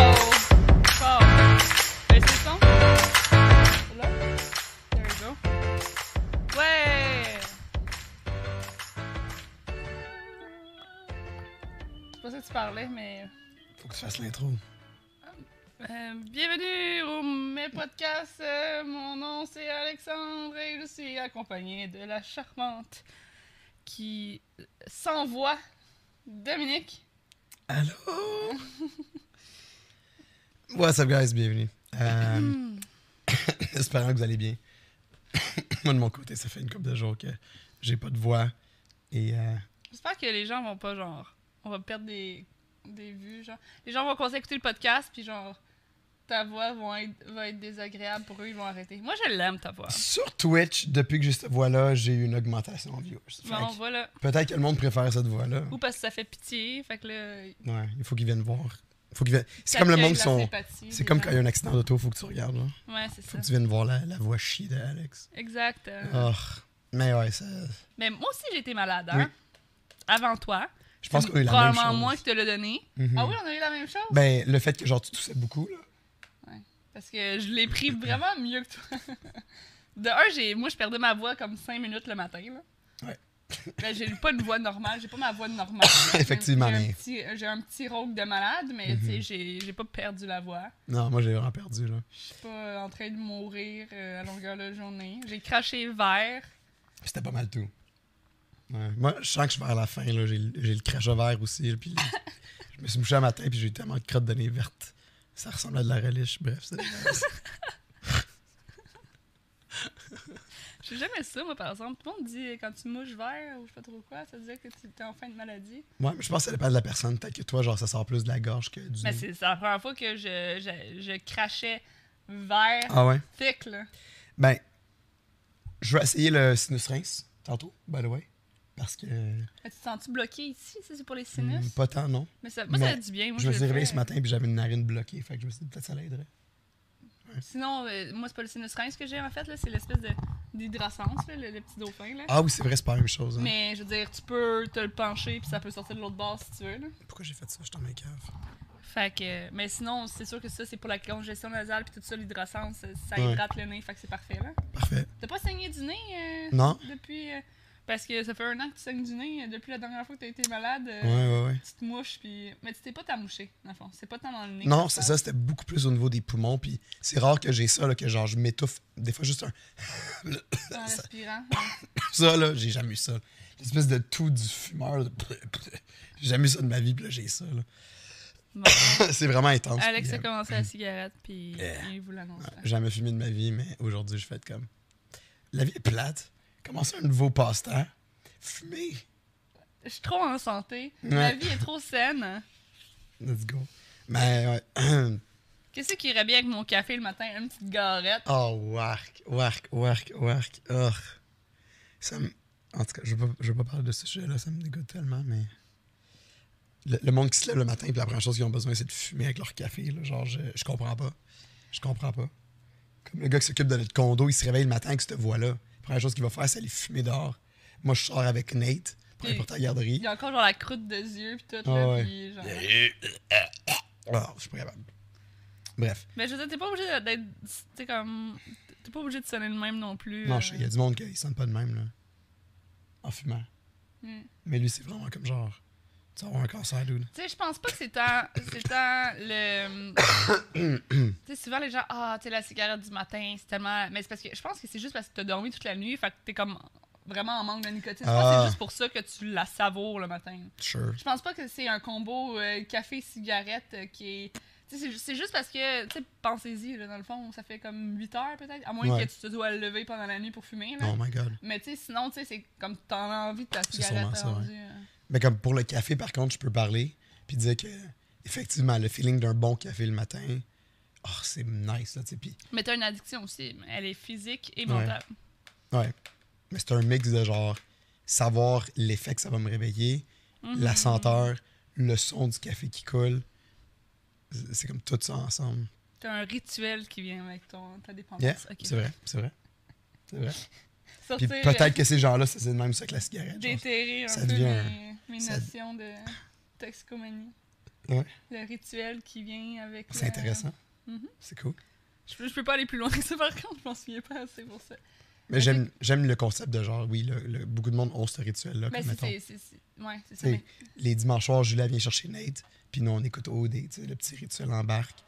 euh, sais pas si tu parlais, mais. Faut que tu fasses l'intro. euh, bienvenue au mes podcasts. Euh, mon nom c'est Alexandre et je suis accompagné de la charmante qui s'envoie Dominique. Allô? What's up, guys? Bienvenue. Euh, Hmm. espérant que vous allez bien. Moi, de mon côté, ça fait une couple de jours que j'ai pas de voix. Et euh, J'espère que les gens vont pas genre. On va perdre des, des vues, genre. Les gens vont commencer à écouter le podcast, puis genre. Ta voix va être, va être désagréable pour eux, ils vont arrêter. Moi, je l'aime, ta voix. sur Twitch, depuis que j'ai cette voix-là, j'ai eu une augmentation en viewers. Fait Bon, que voilà. Peut-être que le monde préfère cette voix-là. Ou parce que ça fait pitié, fait que là. Ouais, il faut qu'ils viennent voir. Faut qu'ils viennent- C'est comme le t'accueilles monde qui la sont. sympathie C'est des comme gens. quand il y a un accident d'auto, faut que tu regardes. là. Ouais, c'est Faut ça. que tu viennes voir la, la voix chier de Alex. Exact. euh. Oh, mais ouais, ça- Mais moi aussi, j'ai été malade, hein? Avant toi. je pense C'est qu'on a eu la même Probablement chose. moi qui te l'ai donné. Mhm. Ah oui, on a eu la même chose? Ben, le fait que genre tu toussais beaucoup, là. Parce que je l'ai pris vraiment mieux que toi. De un, j'ai, moi, je perdais ma voix comme 5 minutes le matin, là. Ouais. Ben, j'ai pas une voix normale, j'ai pas ma voix normale. J'ai- Effectivement, Mm-hmm. J'ai un mais- petit, euh, j'ai un petit rauque de malade, mais tu sais, j'ai, j'ai pas perdu la voix. Non, moi j'ai vraiment perdu, là. Je suis pas en train de mourir euh, à longueur de journée. J'ai craché vert. Puis C'était pas mal tout. Ouais. Moi, je sens que je suis vers la fin, là. J'ai le j'ai le crachat vert aussi. là, Puis je me suis mouché à matin, puis j'ai eu tellement de crottes de nez vertes. Ça ressemble à de la reliche. Bref, c'est dégueulasse. J'ai jamais ça, moi, par exemple. Tout le monde dit euh, quand tu mouches vert ou je sais pas trop quoi, ça veut dire que tu es en fin de maladie. Ouais, mais je pense que ça dépend de la personne. Peut-être que toi, genre, ça sort plus de la gorge que du. Mais nez. Ben, c'est c'est la première fois que je, je, je crachais vert Ah ouais? thick, là. Ben, je vais essayer le sinus rince tantôt, by the way. Parce que. Mais tu te sens-tu bloqué ici? Ça, c'est pour les hum, sinus? pas tant, non. Mais ça, moi, ça Mais a du bien. Moi, je me le suis réveillé fais. ce matin, puis j'avais une narine bloquée. Fait que je me suis dit, peut-être ça l'aiderait. Sinon, euh, moi, c'est pas le sinus rein ce que j'ai, en fait. là, C'est l'espèce de- d'hydrascence, là, le, le petit dauphin. Là. Ah oui, c'est vrai, c'est pas la même chose. hein. Mais je veux dire, tu peux te le pencher, puis ça peut sortir de l'autre bord si tu veux. Là. Pourquoi j'ai fait ça? Je t'en mes caves. Fait que, euh, mais sinon, c'est sûr que ça, c'est pour la congestion nasale, puis tout ça, l'hydrascence, ça Ouais. hydrate le nez, fait que c'est parfait. là. Parfait. T'as pas saigné du nez euh, Non? depuis. euh, parce que ça fait un an que tu saignes du nez. euh, Depuis la dernière fois que t'as été malade, euh, Ouais, ouais, ouais. tu te mouches. Puis... Mais tu t'es pas tamouché, dans le fond. C'est pas tant dans le nez. Non, que c'est ça, c'était beaucoup plus au niveau des poumons. Puis c'est rare que j'ai ça, là, que genre je m'étouffe. Des fois, juste un. passe En ça. respirant. Ça, là, j'ai jamais eu ça. L'espèce de tout du fumeur. de- J'ai jamais eu ça de ma vie, puis là, j'ai ça, là. Bon. c'est vraiment intense. Alex puis, a euh, commencé la cigarette, puis Yeah. il vous l'annonce. ouais, jamais fumé de ma vie, mais aujourd'hui, je fais de comme. La vie est plate. Commencer un nouveau passe-temps. Fumer. Je suis trop en santé. Ouais. Ma vie est trop saine. Let's go. Mais ouais. Qu'est-ce qui irait bien avec mon café le matin? Une petite garette. Oh, wark, wark, wark, wark. Oh. Ça me- En tout cas, je ne veux, pas- je veux pas parler de ce sujet-là, ça me dégoûte tellement, mais. Le, le monde qui se lève le matin, puis la première chose qu'ils ont besoin, c'est de fumer avec leur café. là. Genre, je, je comprends pas. Je comprends pas. Comme le gars qui s'occupe de notre condo, il se réveille le matin avec cette voix-là. La première chose qu'il va faire, c'est aller fumer dehors. Moi, je sors avec Nate pour aller Et- porter à la garderie. Il y a encore genre la croûte de yeux, puis tout. Ah là, ouais. puis genre... Oh, je suis pas capable. Bref. Mais je veux dire, t'es pas obligé d'être. T'es comme. T'es pas obligé de sonner le même non plus. Non, euh. je sais, il y a du monde qui ne sonne pas de même, là. En fumant. Mm. Mais lui, c'est vraiment comme genre, tu vas avoir un cancer, dude. Tu sais, je pense pas que c'est tant, c'est tant le. tu sais, souvent les gens, ah, tu sais, la cigarette du matin, c'est tellement. Mais c'est parce que je pense que c'est juste parce que t'as dormi toute la nuit, fait que t'es comme vraiment en manque de nicotine. Je pense que Ah. c'est juste pour ça que tu la savoures le matin. Sure. Je pense pas que c'est un combo euh, café-cigarette euh, qui est. Tu sais, c'est ju- c'est juste parce que, tu sais, pensez-y, là, dans le fond, ça fait comme 8 heures peut-être, à moins Ouais. que tu te dois lever pendant la nuit pour fumer. Là. Oh my god. Mais tu sais, sinon, tu sais, c'est comme t'en as envie de ta C'est cigarette. sûrement ça, ouais. rendue, euh. Mais comme pour le café, par contre, je peux parler puis dire que, effectivement, le feeling d'un bon café le matin, oh, c'est nice, là, tu sais. Puis, Mais t'as une addiction aussi, mais elle est physique et Ouais. mentale. ouais. Mais c'est un mix de genre, savoir l'effet que ça va me réveiller, Mm-hmm, Mhm. la senteur, le son du café qui coule. C'est- C'est comme tout ça ensemble. T'as un rituel qui vient avec ton, ta dépendance. Yeah, Ok. c'est vrai, c'est vrai. C'est vrai. Puis Sortir, peut-être que ces gens-là, c'est de même ça que la euh, cigarette. genre. Déterrer un ça peu devient mes, mes ça- notions de toxicomanie. Ouais. Le rituel qui vient avec. C'est le- intéressant. Mhm. C'est cool. Je, peux- je peux pas aller plus loin que ça, par contre, je m'en souviens pas assez pour ça. Mais j'aime j'aime le concept de genre, oui, le- le- beaucoup de monde ont ce rituel-là. Mais comme, mettons, c'est- c'est. c'est- Ouais, c'est ça. T'sais, Mais... Les dimanches soirs, Julia vient chercher Nate, puis nous, on écoute OD, t'sais, le petit rituel embarque.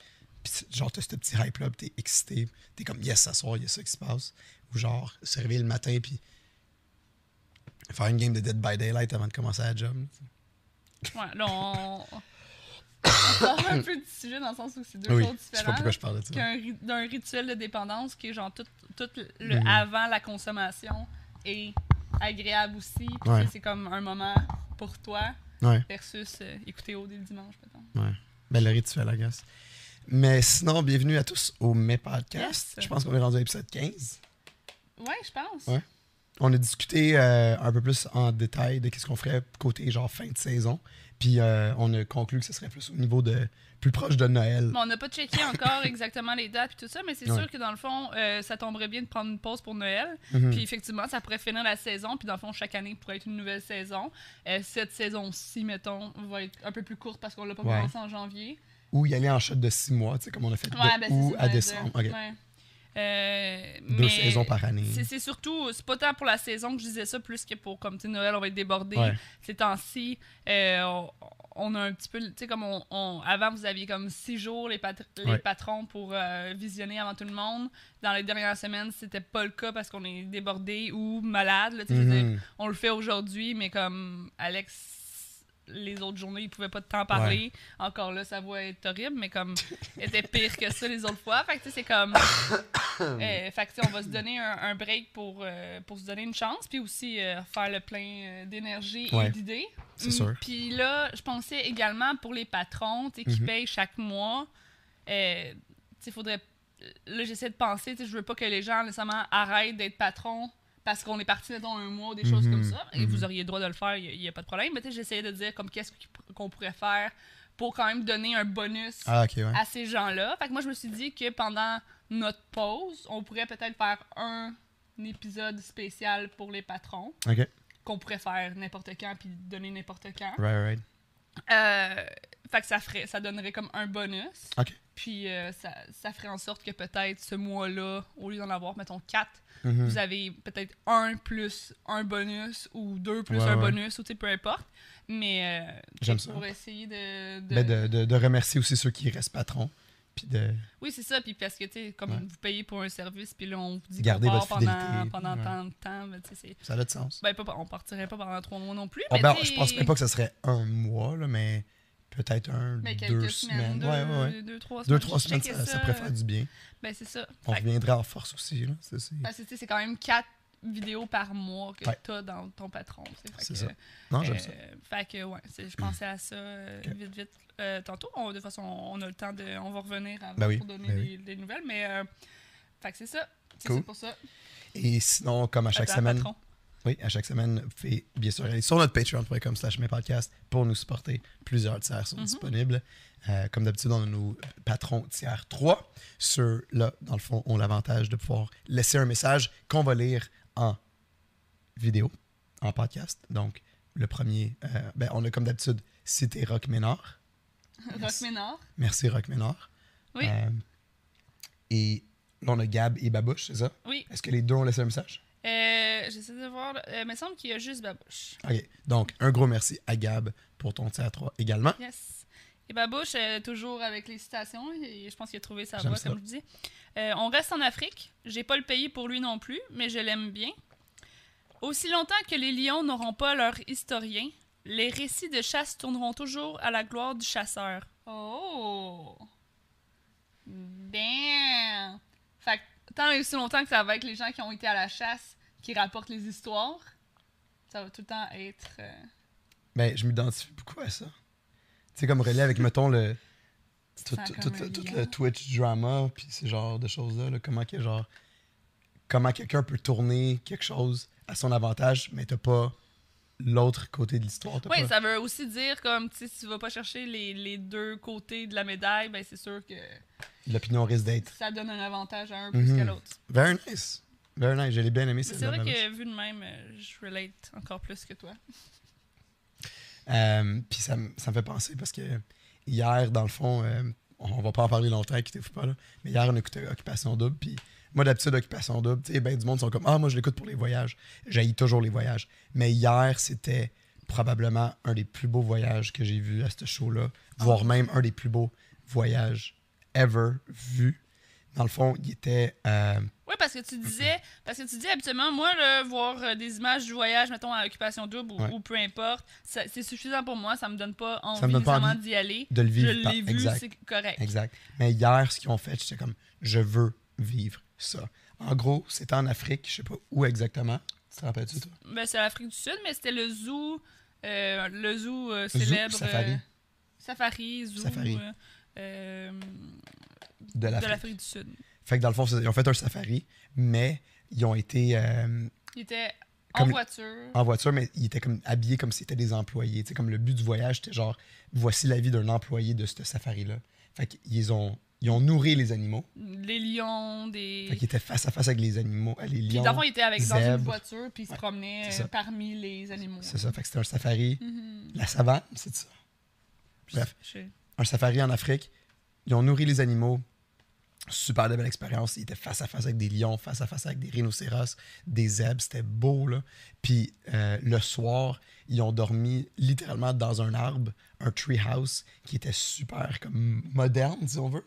Puis c'est- genre, t'as ce petit hype-là, puis t'es excité. T'es comme, yes, ça soir, il y a ça qui se passe. Ou genre, se réveiller le matin, puis faire une game de Dead by Daylight avant de commencer la job. là, t'sais. Ouais, là, on. on parle un peu du sujet dans le sens où c'est deux oui, choses je sais pas différentes. pourquoi je parle de ça. qu'un ri- d'un rituel de dépendance qui est genre tout, tout le Mhm. avant la consommation est agréable aussi. Puis Ouais. tu sais, c'est comme un moment pour toi Ouais, versus euh, écouter au dès le dimanche, mettons. ouais. Ben, le rituel, I guess. Mais sinon, bienvenue à tous au Mes Podcast. Yes. Je pense qu'on est rendu à l'épisode 15. Ouais, je pense. Ouais. On a discuté euh, un peu plus en détail de qu'est-ce qu'on ferait côté genre fin de saison. Puis euh, on a conclu que ce serait plus au niveau de plus proche de Noël. Mais on n'a pas checké encore exactement les dates et tout ça, mais c'est Ouais. sûr que dans le fond, euh, ça tomberait bien de prendre une pause pour Noël. Mhm. Puis effectivement, ça pourrait finir la saison. Puis dans le fond, chaque année pourrait être une nouvelle saison. Euh, cette saison-ci, mettons, va être un peu plus courte parce qu'on l'a pas Ouais. commencé en janvier. Ou y aller en shot de six mois, tu sais, comme on a fait Ouais, de ben, août c'est ça, à j'allais décembre. dire. Ok. Ouais. Euh, Deux mais saisons par année. C'est c'est surtout, c'est pas tant pour la saison que je disais ça, plus que pour, comme tu sais, Noël, on va être débordé. Ouais. Ces temps-ci, euh, on, on a un petit peu, tu sais, comme on, on- avant, vous aviez comme six jours les, patr- les Ouais. patrons pour euh, visionner avant tout le monde. Dans les dernières semaines, c'était pas le cas parce qu'on est débordé ou malade. là, tu sais, je veux dire, Mhm. on le fait aujourd'hui, mais comme Alex, les autres journées, il pouvait pas tant parler. Encore là, sa voix est horrible, mais comme était pire que ça les autres fois. Fait que tu sais, c'est comme. euh, fait que tu sais, on va se donner un, un break pour, euh, pour se donner une chance, puis aussi euh, faire le plein euh, d'énergie Ouais. et d'idées. C'est Mm, sûr. Puis là, je pensais également pour les patrons tu sais, qui Mhm. payent chaque mois. euh, tu sais, faudrait. Là, j'essaie de penser, tu sais, je veux pas que les gens nécessairement arrêtent d'être patrons parce qu'on est parti, mettons, un mois ou des choses Mhm. comme ça. Et Mhm. vous auriez le droit de le faire, il n'y a, pas de problème. Mais tu sais, j'essayais de dire comme qu'est-ce qu'il- qu'on pourrait faire pour quand même donner un bonus Ah, ok, ouais. à ces gens-là. Fait que moi, je me suis dit que pendant notre pause, on pourrait peut-être faire un épisode spécial pour les patrons Ok, qu'on pourrait faire n'importe quand puis donner n'importe quand. right, right. Euh, fait que ça ferait, ça donnerait comme un bonus. Ok. Puis euh, ça, ça ferait en sorte que peut-être ce mois-là, au lieu d'en avoir, mettons, quatre, Mhm. vous avez peut-être un plus un bonus ou deux plus Ouais, un ouais. bonus ou tu sais, peu importe. Mais euh, J'aime peut-être ça. pour essayer de. de- Ben, de, de- de remercier aussi ceux qui restent patrons. Puis de. Oui, c'est ça. Puis parce que, tu sais, comme Ouais. vous payez pour un service, puis là, on vous dit qu'on Gardez part votre pendant, fidélité, pendant ouais. tant de temps. Ben, tu sais, c'est- Ça a du sens. ben, pas- on partirait pas pendant trois mois non plus. Ah, mais ben, tu sais- je pense même pas que ça serait un mois, là, mais peut-être un, Mais quelques deux semaines, semaines. deux, ouais, ouais, ouais. deux, trois semaines. Deux, trois Je semaines, checkais ça, ça pourrait faire du bien. Ben, c'est ça. On Fait que- reviendrait en force aussi. Là. Ça, c'est- parce que, tu sais, c'est quand même quatre vidéos par mois que Ouais. t'as dans ton patron. tu sais. Fait C'est que, ça. Non, j'aime euh, ça. Fait que, ouais, c'est- je pensais à ça euh, Ok. vite, vite. euh, tantôt, on- de toute façon, on a le temps de. On va revenir avant Ben oui, pour donner ben des, oui. des nouvelles, mais. euh, fait que c'est ça. C'est Cool. ça pour ça. Et sinon, comme à chaque Attends, semaine, patron. oui, à chaque semaine, vous pouvez bien sûr aller sur notre patreon.com slash mes podcasts pour nous supporter. Plusieurs tiers sont Mhm. disponibles. Euh, comme d'habitude, on a nos patrons tiers 3. Ceux-là, dans le fond, ont l'avantage de pouvoir laisser un message qu'on va lire en vidéo, en podcast. Donc, le premier, euh, ben, on a comme d'habitude cité Rock Ménard. Rock Ménard. Merci Rock Ménard. Oui. Euh, et là, on a Gab et Babouche, c'est ça? Oui. Est-ce que les deux ont laissé un message? Euh, J'essaie de voir. là. Euh, il me semble qu'il y a juste Babouche. OK. Donc, un gros merci à Gab pour ton tiers 3 également. Yes. Et Babouche, euh, toujours avec les citations, et je pense qu'il a trouvé sa J'aime voix, ça. comme je dis. Euh, on reste en Afrique. J'ai pas le pays pour lui non plus, mais je l'aime bien. Aussi longtemps que les lions n'auront pas leur historien, les récits de chasse tourneront toujours à la gloire du chasseur. Oh! Ben! Fait que tant et aussi longtemps que ça va être les gens qui ont été à la chasse qui rapportent les histoires, ça va tout le temps être. euh, Ben, je m'identifie beaucoup à ça. Tu sais, comme relié avec, mettons, le, tu te tout, sens tout- comme tout- un tout lion. le Twitch drama, puis ce genre de choses-là, là, comment que, genre, comment quelqu'un peut tourner quelque chose à son avantage, mais t'as pas l'autre côté de l'histoire. t'as Oui, pas- ça veut aussi dire comme tu sais, si tu vas pas chercher les, les deux côtés de la médaille, ben c'est sûr que L'opinion risque d'être. ça donne un avantage à un plus Mhm. qu'à l'autre. Very nice. Very nice. J'ai bien aimé Mais cette C'est vrai drama-là. que vu de même, euh, je relate encore plus que toi. Euh, puis ça, me- ça me fait penser parce que hier, dans le fond, euh, on- on va pas en parler longtemps, quittez-vous pas là. Mais hier, on écoutait Occupation Double, puis moi d'habitude, Occupation Double, tu sais, ben du monde sont comme Ah, moi je l'écoute pour les voyages. J'haïs toujours les voyages. Mais hier, c'était probablement un des plus beaux voyages que j'ai vu à ce show-là, Ah. voire même un des plus beaux voyages ever vu. Dans le fond, il était. euh, Oui, parce que tu disais, parce que tu dis habituellement, moi, là, voir euh, des images du voyage, mettons, à occupation double ou, Ouais. ou peu importe, ça- c'est suffisant pour moi, ça me donne pas envie Ça me donne pas nécessairement envie d'y aller. de le vivre. Je par- l'ai vu, exact. c'est correct. Exact. Mais hier, ce qu'ils ont fait, j'étais comme, je veux vivre ça. En gros, c'était en Afrique, je sais pas où exactement. Tu te rappelles-tu, toi? Ben, c'est l'Afrique du Sud, mais c'était le zoo, euh, le zoo euh, Zoo, célèbre. safari. euh, safari, zoo. Safari. euh, euh, De de l'Afrique. l'Afrique du Sud. Fait que dans le fond, c'est- ils ont fait un safari, mais ils ont été euh, Il était en Comme- voiture. en voiture, mais ils étaient comme habillés comme s'ils étaient des employés. Tu sais, comme le but du voyage, c'était genre, voici la vie d'un employé de ce safari-là. Fait qu'ils ont, ils ont nourri les animaux. Les lions, des. Fait qu'ils étaient face à face avec les animaux, les Puis lions. dans le fond, il était avec, dans une zèbres. voiture, puis il se promenait c'est ça. euh, parmi les animaux. C'est ça, fait que c'était un safari. Mhm. La savane, c'est ça. Bref. Je sais. un safari en Afrique. Ils ont nourri les animaux. Super de belle expérience. Ils étaient face à face avec des lions, face à face avec des rhinocéros, des zèbres. C'était beau, là. Puis euh, le soir, ils ont dormi littéralement dans un arbre, un treehouse qui était super comme moderne, si on veut.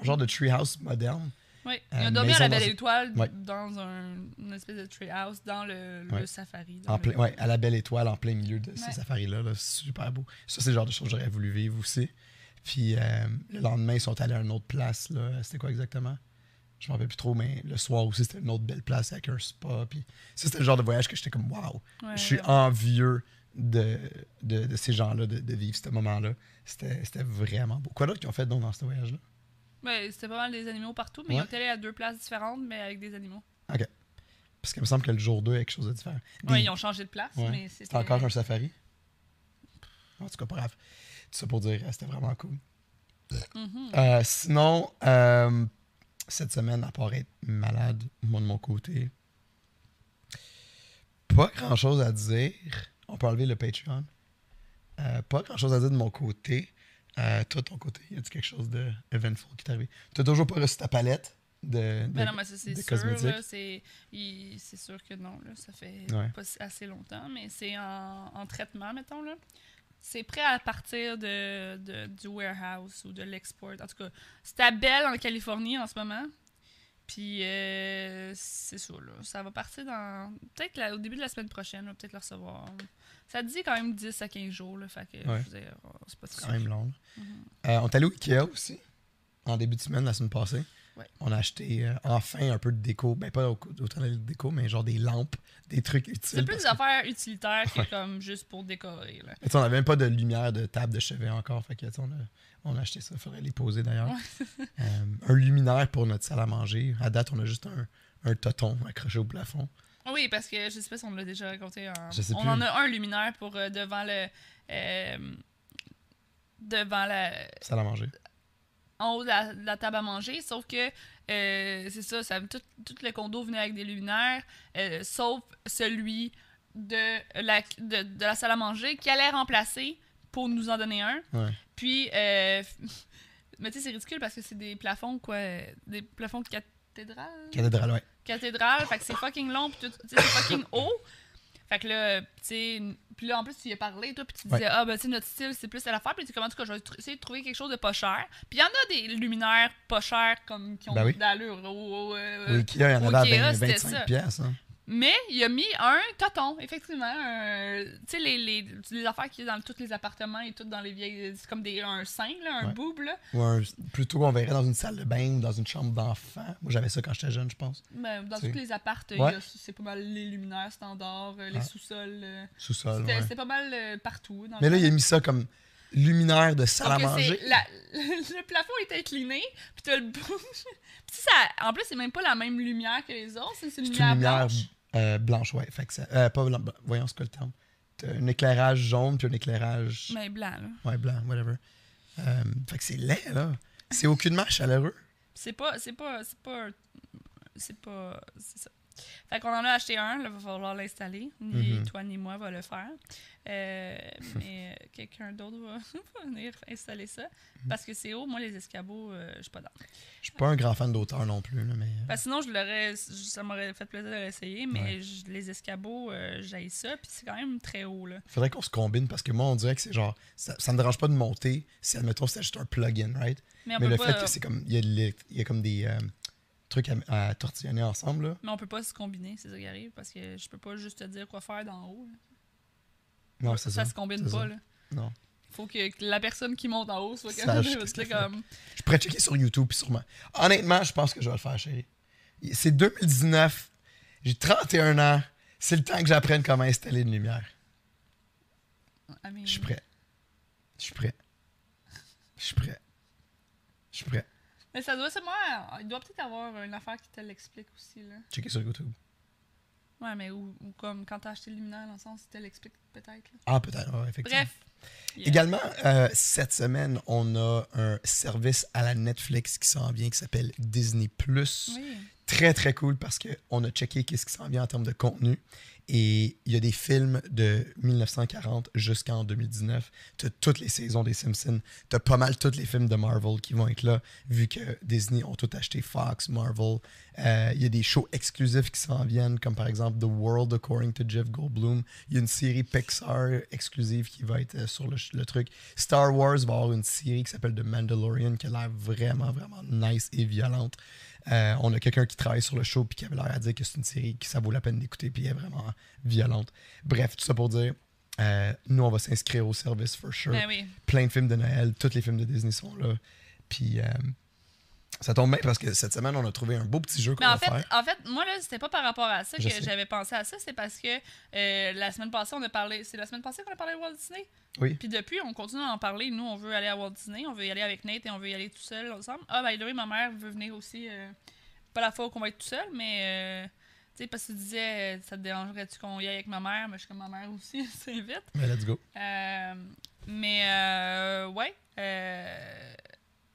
Un genre de treehouse moderne. Oui, Euh, il a dormi à maison la dans Belle un- Étoile Ouais. dans un, une espèce de treehouse dans le, le Ouais. safari. dans En le- plein, ouais, à la belle étoile, en plein milieu de ces Ouais. safaris-là. là. super beau. Ça, c'est le genre de choses que j'aurais voulu vivre aussi. Puis euh, le lendemain, ils sont allés à une autre place. là. C'était quoi exactement? Je m'en rappelle plus trop, mais le soir aussi, c'était une autre belle place avec un spa. Puis ça, c'était le genre de voyage que j'étais comme, waouh, Ouais, je suis là. envieux de, de, de ces gens-là, de, de vivre ce moment-là. C'était c'était vraiment beau. Quoi d'autre qu'ils ont fait donc, dans ce voyage-là? Ouais, C'était pas mal des animaux partout, mais Ouais. ils ont allé à deux places différentes, mais avec des animaux. OK. Parce qu'il me semble que le jour 2 il y a quelque chose de différent. Des- Oui, ils ont changé de place, Ouais. mais c'était. C'était encore un safari. En tout cas, bref. Tout ça pour dire, euh, c'était vraiment cool. Mhm. Euh, sinon, euh, cette semaine, à part être malade, moi de mon côté, pas grand chose à dire. On peut enlever le Patreon. Euh, pas grand chose à dire de mon côté. Euh, toi, de ton côté, y a-tu quelque chose de eventful qui t'est arrivé? T'as toujours pas reçu ta palette de. de- Ben non, mais ça, c'est des sûr. cosmétiques. là, C'est il- c'est sûr que non, là, ça fait Ouais. pas si- assez longtemps, mais c'est en, en traitement, mettons. là. C'est prêt à partir de, de- du warehouse ou de l'export. En tout cas, c'est à Belle, en Californie, en ce moment. Puis, euh, c'est ça, là. Ça va partir dans. Peut-être la- au début de la semaine prochaine, on va peut-être le recevoir. Ça dit quand même 10 à 15 jours, là. Fait que, Ouais. je veux dire, oh, c'est pas C'est sûr. quand même long. Mm-hmm. là. Euh, on est allé au Ikea aussi, en début de semaine, la semaine passée. Ouais. On a acheté euh, enfin un peu de déco. Ben, pas au- autant de déco, mais genre des lampes, des trucs utiles. C'est plus parce des que- affaires utilitaires que Ouais. comme juste pour décorer, là. Mais tu sais, on n'avait même pas de lumière de table de chevet encore. Fait que, tu sais, on, a, on a acheté ça. faudrait les poser d'ailleurs. Euh, un luminaire pour notre salle à manger. À date, on a juste un, un toton accroché au plafond. Oui, parce que je sais pas si on l'a déjà raconté. en- Je sais on plus. en a un luminaire pour euh, devant le. euh, devant la. Salle à manger. En haut de la, de la table à manger, sauf que euh, c'est ça, ça tout, tout le condo venait avec des luminaires, euh, sauf celui de la, de, de la salle à manger qui allait remplacer pour nous en donner un. Ouais. Puis, euh, mais tu sais, c'est ridicule parce que c'est des plafonds, quoi, euh, des plafonds cathédrales Cathédrale, ouais. cathédrale, fait que c'est fucking long, puis tout- tu sais, c'est fucking haut. Fait que là, tu sais, puis là, en plus, tu y as parlé, toi, puis tu disais, Ouais. ah, ben, tu sais, notre style, c'est plus à l'affaire, puis tu sais, comment, en tout cas, je vais tr- essayer de trouver quelque chose de pas cher. Puis il y en a des luminaires pas chers, comme, qui ont Ben oui. d'allure. au- au- euh, Au Ikea, il y en au avait à Ikea, 20 c'était ça. 25 pièces. hein. Mais il a mis un toton, effectivement. un- Tu sais, les, les, les affaires qu'il y a dans tous les appartements et tout, dans les vieilles. C'est comme des, un sein, là, un Ouais. boob, là. Ou un- plutôt, on verrait dans une salle de bain ou dans une chambre d'enfant. Moi, j'avais ça quand j'étais jeune, je pense. Ben, dans Tu sais. tous les appartes, il y Ouais. a- c'est pas mal les luminaires standards, euh, les Ah. sous-sols. euh, Sous-sol. C'était ouais. c'était pas mal euh, partout. Dans Mais le là, il a fond. mis ça comme luminaire de salle à Donc, euh, c'est manger. la- le plafond est incliné, puis t'as le bouge. Puis ça, en plus, c'est même pas la même lumière que les autres, c'est une C'est lumière, une lumière blanche. euh, blanche, ouais. Fait que ça, euh, pas blanc, blanc, voyons ce que le terme. T'as un éclairage jaune puis un éclairage Mais blanc, là. ouais, blanc, whatever. Euh, fait que c'est laid, là. C'est aucunement chaleureux. C'est pas, c'est pas, c'est pas, c'est pas, c'est ça. Fait qu'on en a acheté un, là, va falloir l'installer. Ni Mhm. toi ni moi va le faire. Euh, mais euh, que- quelqu'un d'autre va venir installer ça. Parce que c'est haut, moi, les escabeaux, euh, je suis pas dans. Je suis pas un grand fan d'auteur non plus, là, mais. euh, Parce que sinon, je l'aurais, ça m'aurait fait plaisir de l'essayer, mais je- les escabeaux, euh, j'haïs ça, puis c'est quand même très haut, là. Faudrait qu'on se combine parce que moi, on dirait que c'est genre. Ça, ça me dérange pas de monter si, admettons, c'est juste un plugin, right? Mais on Mais peut le pas... fait que c'est comme. Il y a, les- il y a comme des euh, trucs à, à tortillonner ensemble, là. Mais on peut pas se combiner, c'est ça qui arrive, parce que je peux pas juste te dire quoi faire d'en haut. là. Non, c'est ça. se combine c'est pas, ça. là. Non. Faut que que la personne qui monte en haut soit Sache capable de dire qu'est-ce qu'elle fait. comme... Je pourrais checker sur YouTube, puis sûrement. Honnêtement, je pense que je vais le faire, chérie. C'est 2019. J'ai 31 ans. C'est le temps que j'apprenne comment installer une lumière. I mean, Je suis prêt. Je suis prêt. Je suis prêt. Je suis prêt. Mais ça doit seulement... Il doit peut-être avoir une affaire qui te l'explique aussi, là. Checker sur YouTube. Ouais, mais ou, ou comme quand t'as acheté le luminaire, dans le sens, il te l'explique peut-être, là. Ah, peut-être. ouais, effectivement. Bref. Yeah. Également, euh, cette semaine, on a un service à la Netflix qui s'en vient qui s'appelle Disney Plus. Oui. Très, très cool parce qu'on a checké qu'est-ce qui s'en vient en termes de contenu. Et il y a des films de 1940 jusqu'en 2019. Tu as toutes les saisons des Simpsons. Tu as pas mal tous les films de Marvel qui vont être là, vu que Disney ont tout acheté Fox, Marvel. Euh, Il y a des shows exclusifs qui s'en viennent, comme par exemple The World According to Jeff Goldblum. Il y a une série Pixar exclusive qui va être euh, sur le, ch- le truc. Star Wars va avoir une série qui s'appelle The Mandalorian qui a l'air vraiment, vraiment nice et violente. Euh, on a quelqu'un qui travaille sur le show puis qui avait l'air à dire que c'est une série que ça vaut la peine d'écouter puis elle est vraiment violente. Bref, tout ça pour dire, euh, nous, on va s'inscrire au service for sure Ben oui. plein de films de Noël, tous les films de Disney sont là. Puis euh, ça tombe bien parce que cette semaine, on a trouvé un beau petit jeu qu'on Mais en va fait, faire. en fait, moi, là, c'était pas par rapport à ça Je que sais. j'avais pensé à ça. C'est parce que euh, la semaine passée, on a parlé. C'est la semaine passée qu'on a parlé de Walt Disney. Oui. Puis depuis, on continue à en parler. Nous, on veut aller à Walt Disney. On veut y aller avec Nate et on veut y aller tout seul ensemble. Ah, by the way, ma mère veut venir aussi. euh, pas la fois qu'on va être tout seul, mais. euh, tu sais, parce que tu disais, euh, ça te dérangerait-tu qu'on y aille avec ma mère? Mais je suis comme ma mère aussi, c'est vite. Mais let's go. Euh, mais euh, ouais, euh,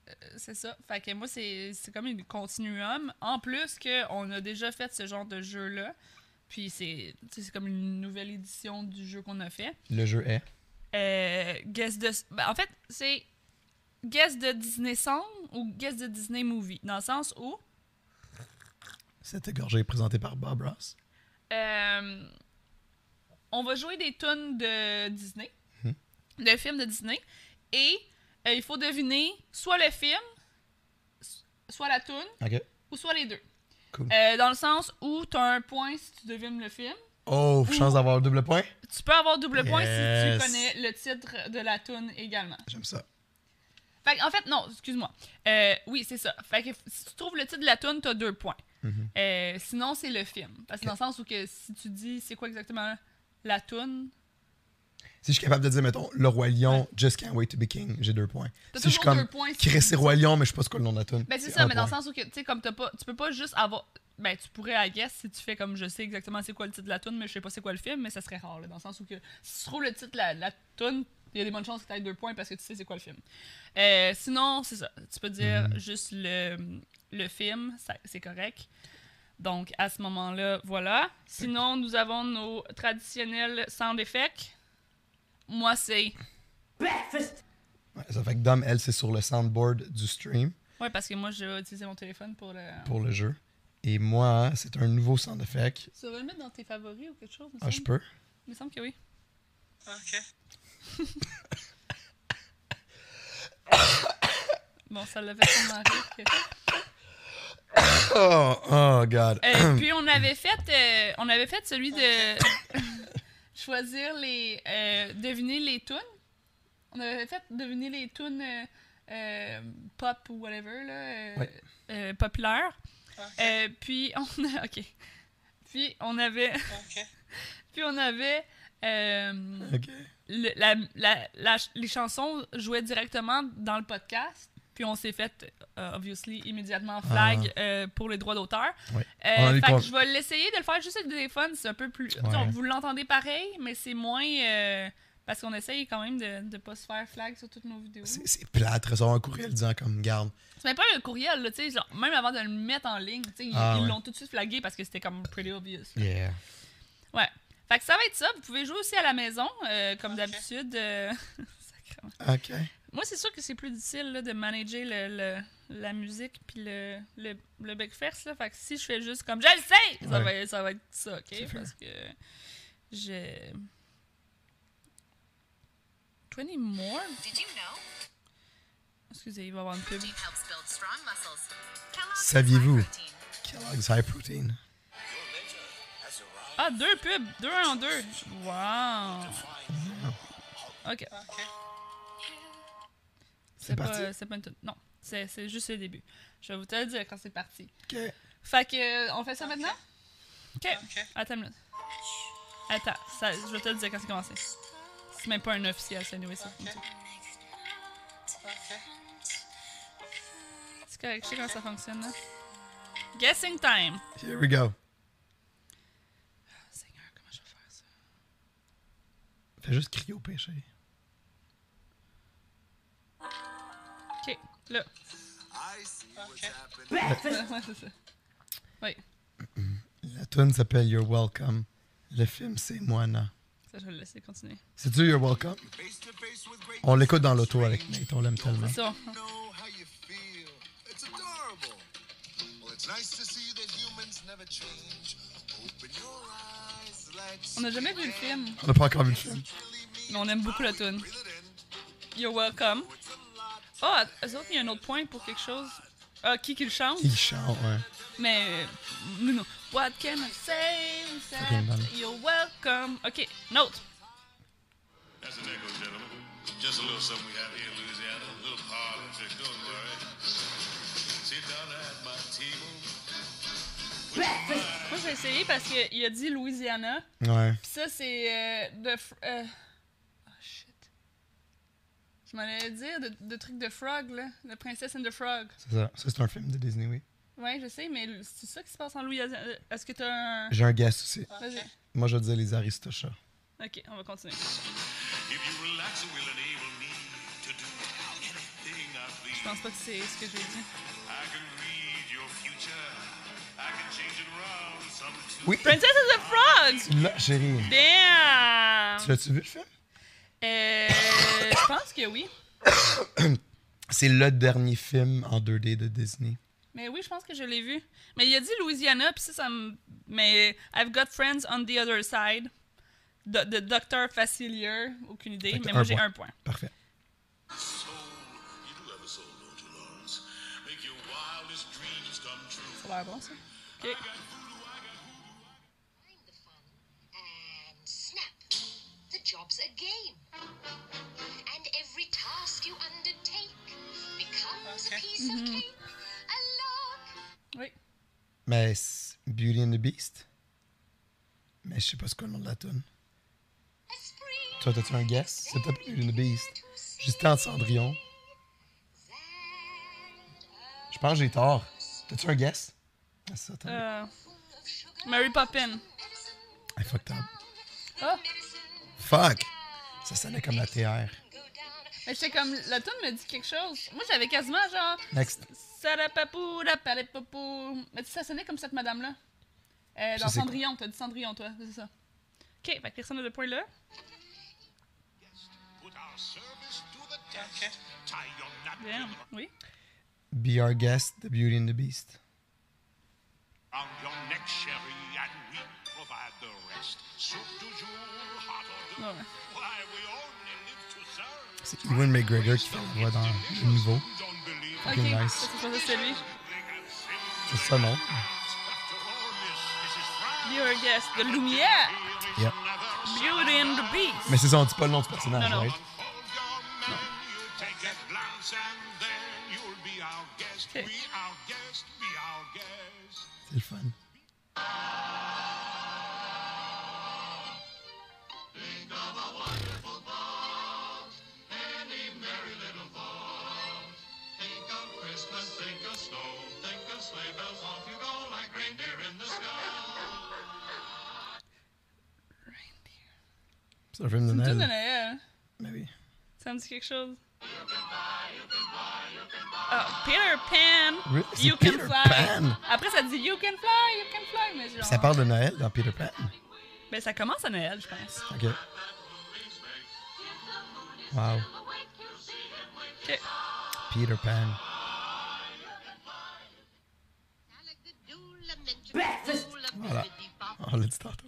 euh, c'est ça. Fait que moi, c'est c'est comme une continuum. En plus qu'on a déjà fait ce genre de jeu-là. Puis c'est tu sais, c'est comme une nouvelle édition du jeu qu'on a fait. Le jeu est. Euh, guess de... ben, en fait, c'est guess de Disney Song ou guess de Disney Movie. Dans le sens où... Cette égorgé est présenté par Bob Ross. Euh, on va jouer des tunes de Disney, Mhm. de films de Disney, et euh, il faut deviner soit le film, s- soit la tune, OK. ou soit les deux. Cool. Euh, dans le sens où tu as un point si tu devines le film. Oh, chance d'avoir double point. Tu peux avoir double point Yes. si tu connais le titre de la tune également. J'aime ça. Fait que, en fait, non, excuse-moi. Euh, oui, c'est ça. Fait que f- si tu trouves le titre de la tune, t'as deux points. Mhm. Euh, sinon, c'est le film. Parce que dans le sens où que si tu dis c'est quoi exactement la tune, Si je suis capable de dire, mettons, Le Roi Lion, Just Can't Wait to Be King, j'ai deux points. t'as Si je suis toujours deux comme points. si Chris et Roi Lion, mais je sais pas ce qu'on en a tune. Ben c'est ça, un mais dans le point. sens où que, tu sais, comme t'as pas, tu peux pas juste avoir. Ben tu pourrais, à guess, si tu fais comme je sais exactement c'est quoi le titre de la tune, mais je sais pas c'est quoi le film, mais ça serait rare, là, dans le sens où que si tu trouves le titre de la, la tune, il y a des bonnes chances que t'aies deux points parce que tu sais c'est quoi le film. Euh, sinon, c'est ça. Tu peux dire Mhm. juste le, le film, ça- c'est correct. Donc à ce moment-là, voilà. Sinon, nous avons nos traditionnels sound effects. Moi, c'est. Ouais, ça fait que Dom, elle, c'est sur le soundboard du stream Ouais, parce que moi, j'ai utilisé mon téléphone pour le. pour le jeu. Et moi, c'est un nouveau sound effect. Tu devrais le mettre dans tes favoris ou quelque chose. il me Ah, je semble. peux? Il me semble que oui. Ah, Ok. Bon, ça l'avait tellement rire que- Oh, oh, God. Euh, puis on avait fait, euh, on avait fait celui de choisir les, euh, deviner les tunes. On avait fait deviner les tunes euh, euh, pop ou whatever là, euh, Ouais. euh, populaires. Ah, Ok. Euh, puis on, a- ok. Puis on avait, Ah, Ok. puis on avait euh, OK. le- la- la- la ch- les chansons jouaient directement dans le podcast. Puis on s'est fait, euh, obviously, immédiatement flag euh, pour les droits d'auteur. Ouais. Euh, Ah. On a eu fait con- que je vais l'essayer de le faire juste avec le téléphone. C'est un peu plus. tu sais, on- Vous l'entendez pareil, mais c'est moins. euh, parce qu'on essaye quand même de ne pas se faire flag sur toutes nos vidéos. C'est c'est plate, recevoir un courriel disant comme garde. C'est même pas le courriel, là, tu sais, genre, même avant de le mettre en ligne, tu sais, ils- Ah, ils ouais. l'ont tout de suite flagué parce que c'était comme pretty obvious. Yeah. Ouais. Fait que ça va être ça. Vous pouvez jouer aussi à la maison, euh, comme Ok. d'habitude. euh, sacrément. OK. Moi, c'est sûr que c'est plus difficile là, de manager le, le- la musique puis le, le, le breakfast, là. Fait que si je fais juste comme je le sais, ça, Ouais. va, ça va être ça, ok? C'est fair. Parce que je. 20 more? Did you know Excusez, il va y avoir une pub. protein helps build strong muscles? Kellogg's Saviez-vous? High Protein. Kellogg's High Protein. Ah, deux pubs! Deux en deux! Wow! Ok. C'est parti. pas, c'est pas une toute- Non, c'est c'est juste le début. Je vais vous te le dire quand c'est parti. OK. Fait que, euh, on fait ça maintenant? Ok. Attends une minute. Attends, ça, je vais te le dire quand c'est commencé. C'est même pas un officiel, c'est anyway, ça. C'est correct, je sais comment ça fonctionne, là. Guessing time! Here we go. Seigneur, comment je vais faire ça? Fais juste crier au péché. Ok, là. I see what's happening. ouais, c'est ça. Oui, La tune s'appelle You're Welcome. Le film, c'est Moana. ça, je vais le laisser continuer. C'est-tu You're Welcome? Face to face with great On l'écoute dans l'auto avec Nate, on l'aime tellement. Ça, You know how you feel. It's adorable. Well, it's nice to see that humans never change. Open your eyes, let's on n'a jamais vu le film, On n'a pas encore vu le film. really mean. mais on aime beaucoup la tune. Reel it in. You're welcome. It's a lot. Ah, oh, eux autres, il y a un autre point pour quelque chose. Ah, qui qui le chante? Il chante, ouais. Mais. euh, non. What can I say? except Fucking bonne. You're welcome. Ok, note. That's an echo, gentlemen. Just a little something we have here in Louisiana. A little politics, don't worry. Sit down and have my table. Moi, j'ai essayé parce qu'il a dit Louisiana. Ouais. Puis ça, c'est. euh, de. fr- euh, Oh shit. Je m'en allais dire de, de trucs de frog, là. Le Princess and the Frog. C'est ça. Ça, c'est un film de Disney, oui. Ouais, je sais, mais c'est ça qui se passe en Louisiana. Euh, Est-ce que t'as un. J'ai un guest aussi. Vas-y. Moi, je dis les Aristochats. Ok, on va continuer. If you relax, it will enable me to do anything I Je please. pense pas que c'est ce que j'ai dit. I can read your future. I can change it around some too. Oui. Princess and the Frog! Tu l'as, chérie. Damn! Tu l'as-tu vu, le film? Euh, je pense que oui. C'est le dernier film en 2D de Disney. Mais oui, je pense que je l'ai vu. Mais il a dit Louisiana, puis ça, ça me. Mais I've got friends on the other side. De, de Dr. Facilier, aucune idée, Fait que mais un moi j'ai point. un point. Parfait. Soul. You do have a soul, don't you, Lawrence? Make your wildest dreams come true. Ça a l'air bon ça. Ok. I got voodoo, I got hoodoo. Find the fun and snap. The job's a game. And every task you undertake becomes a piece of cake. A lark. Oui. Mais c'est Beauty and the Beast? Mais je sais pas ce qu'est le nom de la tune. A spring. Toi, t'as-tu un guess? C'est peut-être Beauty and the Beast. J'étais en Cendrillon. Je pense que j'ai tort. T'as-tu un guess? Ah, ça, t'as- Euh, Mary Poppins. Ah, fucked up. Ah! Fuck! Ça sonnait comme la TR. Mais j'étais comme. La tune me dit quelque chose. Moi j'avais quasiment genre. Next. Sarapapou, raparapapou. Mais tu sais, ça sonnait comme cette madame-là. Euh, Ça, dans c'est quoi? Cendrillon, t'as dit Cendrillon toi, c'est ça. Ok, fait que personne n'a de point là. Put our service to the test. Tie your napkin Bien. Oui. Be Our Guest, The Beauty and the Beast. around your neck, Sherry, and we provide the rest. Soup du jour, hot or Ouais. doux. Why, we only live to serve. C'est Ewan McGregor qui fait la voix dans le nouveau. Don't believe Ok, Fucking nice. ça c'est supposé être celui. they can sing. C'est ça, non? After all this, this is France. Your guess, de Lumière! Here is Yep. another Beauty and the Beast. Mais c'est ça, on dit pas le nom du personnage, Non, non. right? Unfold your menu, take a glance, and then you'll be our guest. Okay. Be our guest, be our guest. C'est le fun. C'est un film de Une tune de Noël. Noël. Mais oui. hein. Ça me dit quelque chose. Ah, Peter Pan. Oui, c'est You can Peter fly. Pan. Après, ça dit You can fly, you can fly. Mais genre, Ça parle de Noël dans Peter Pan. Ben, ça commence à Noël, je pense. OK. Wow. Ok. Peter Pan. Voilà. Oh, On l'a dit tantôt.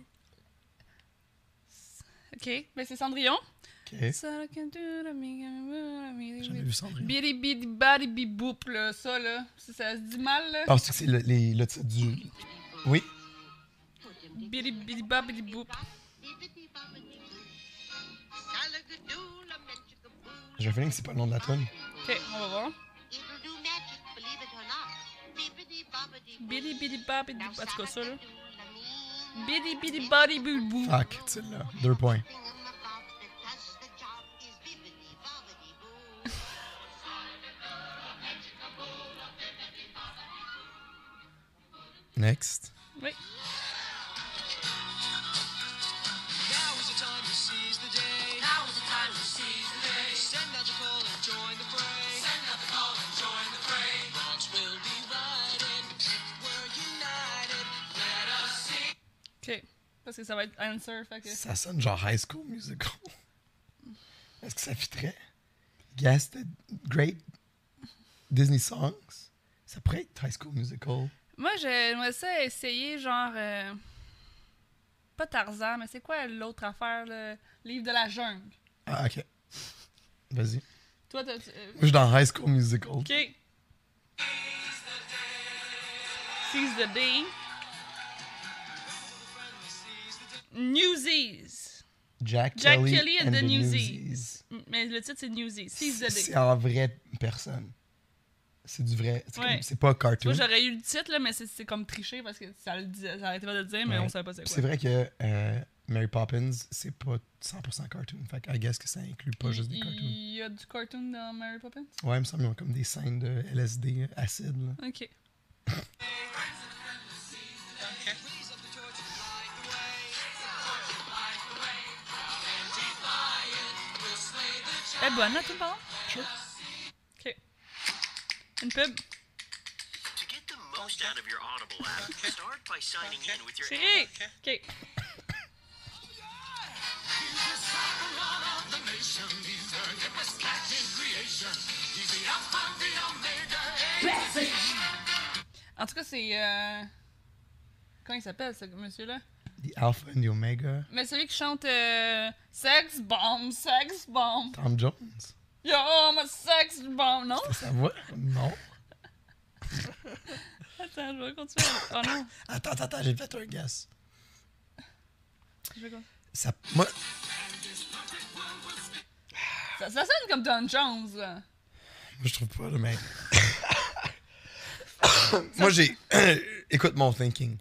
Ok, ben c'est Cendrillon. OK. Jamais vu Billy Cendrillon. bidi badi bi boop, là, ça, là. Ça, ça se dit mal, là. Penses-tu que Ah, c'est le, les- le titre du... Oui? Bidi bidi ba bidi boop. J'ai un feeling que c'est pas le nom de la tune. Ok, on va voir. Bidi bidi ba bidi boop. En tout cas, ça, là. Bidi bidi badi bi boop. Fuck, tu l'as. Deux points. Next. Oui. Now is the time to seize the day. Now is the time to seize the day. Send out your call and join the fray. Send out the call and join the fray. Wrongs will be righted if we're united. Let us sing. Ok. Parce que ça va être answer, fait que. Ça sonne genre High School Musical. Est-ce que ça fitterait? Guess the Great Disney Songs. Ça pourrait être High School Musical. Moi, j'aimerais ça essayer, genre. euh, Pas Tarzan, mais c'est quoi l'autre affaire, le livre de la jungle? Ah, OK. Vas-y. Toi, t'as. euh, Moi, je suis dans High School Musical. Ok. Seize the day. Newsies. Jack, Jack Kelly, Kelly and the Newsies. Newsies. M- Mais le titre, c'est Newsies. Seize the C'est day. en vraie personne. C'est du vrai. C'est Ouais. comme- c'est pas Moi, cartoon. j'aurais eu le titre, là, mais c'est- c'est comme triché parce que ça, le disait- ça arrêtait pas de le dire, mais Ouais. on savait pas c'est Puis C'est quoi. vrai que euh, Mary Poppins, c'est pas 100% cartoon. Fait que I guess que ça inclut pas juste des cartoons. Il y a du cartoon dans Mary Poppins? Ouais, il me semble qu'ils ont comme des scènes de LSD acide. Là. Ok. Raise up the torch and light the way. Elle est bonne, là, tout le monde? Ok. Une pub. To get the most out of your Audible app, start by signing in with your Chérie! Ok. En tout cas, c'est. euh, Comment il s'appelle, ce monsieur-là? The Alpha and the Omega. Mais celui qui chante euh, Sex Bomb, Sex Bomb. Tom Jones. Yo, ma Sex Bomb, non? Ça va? Non. Attends, je vais continuer. Oh non, Attends, attends, attends, j'ai fait un guess. je vais continuer. Ça, moi, Ça, ça sonne comme Don Jones, là. moi, je trouve pas, là, mais. moi, j'ai. Écoute mon thinking.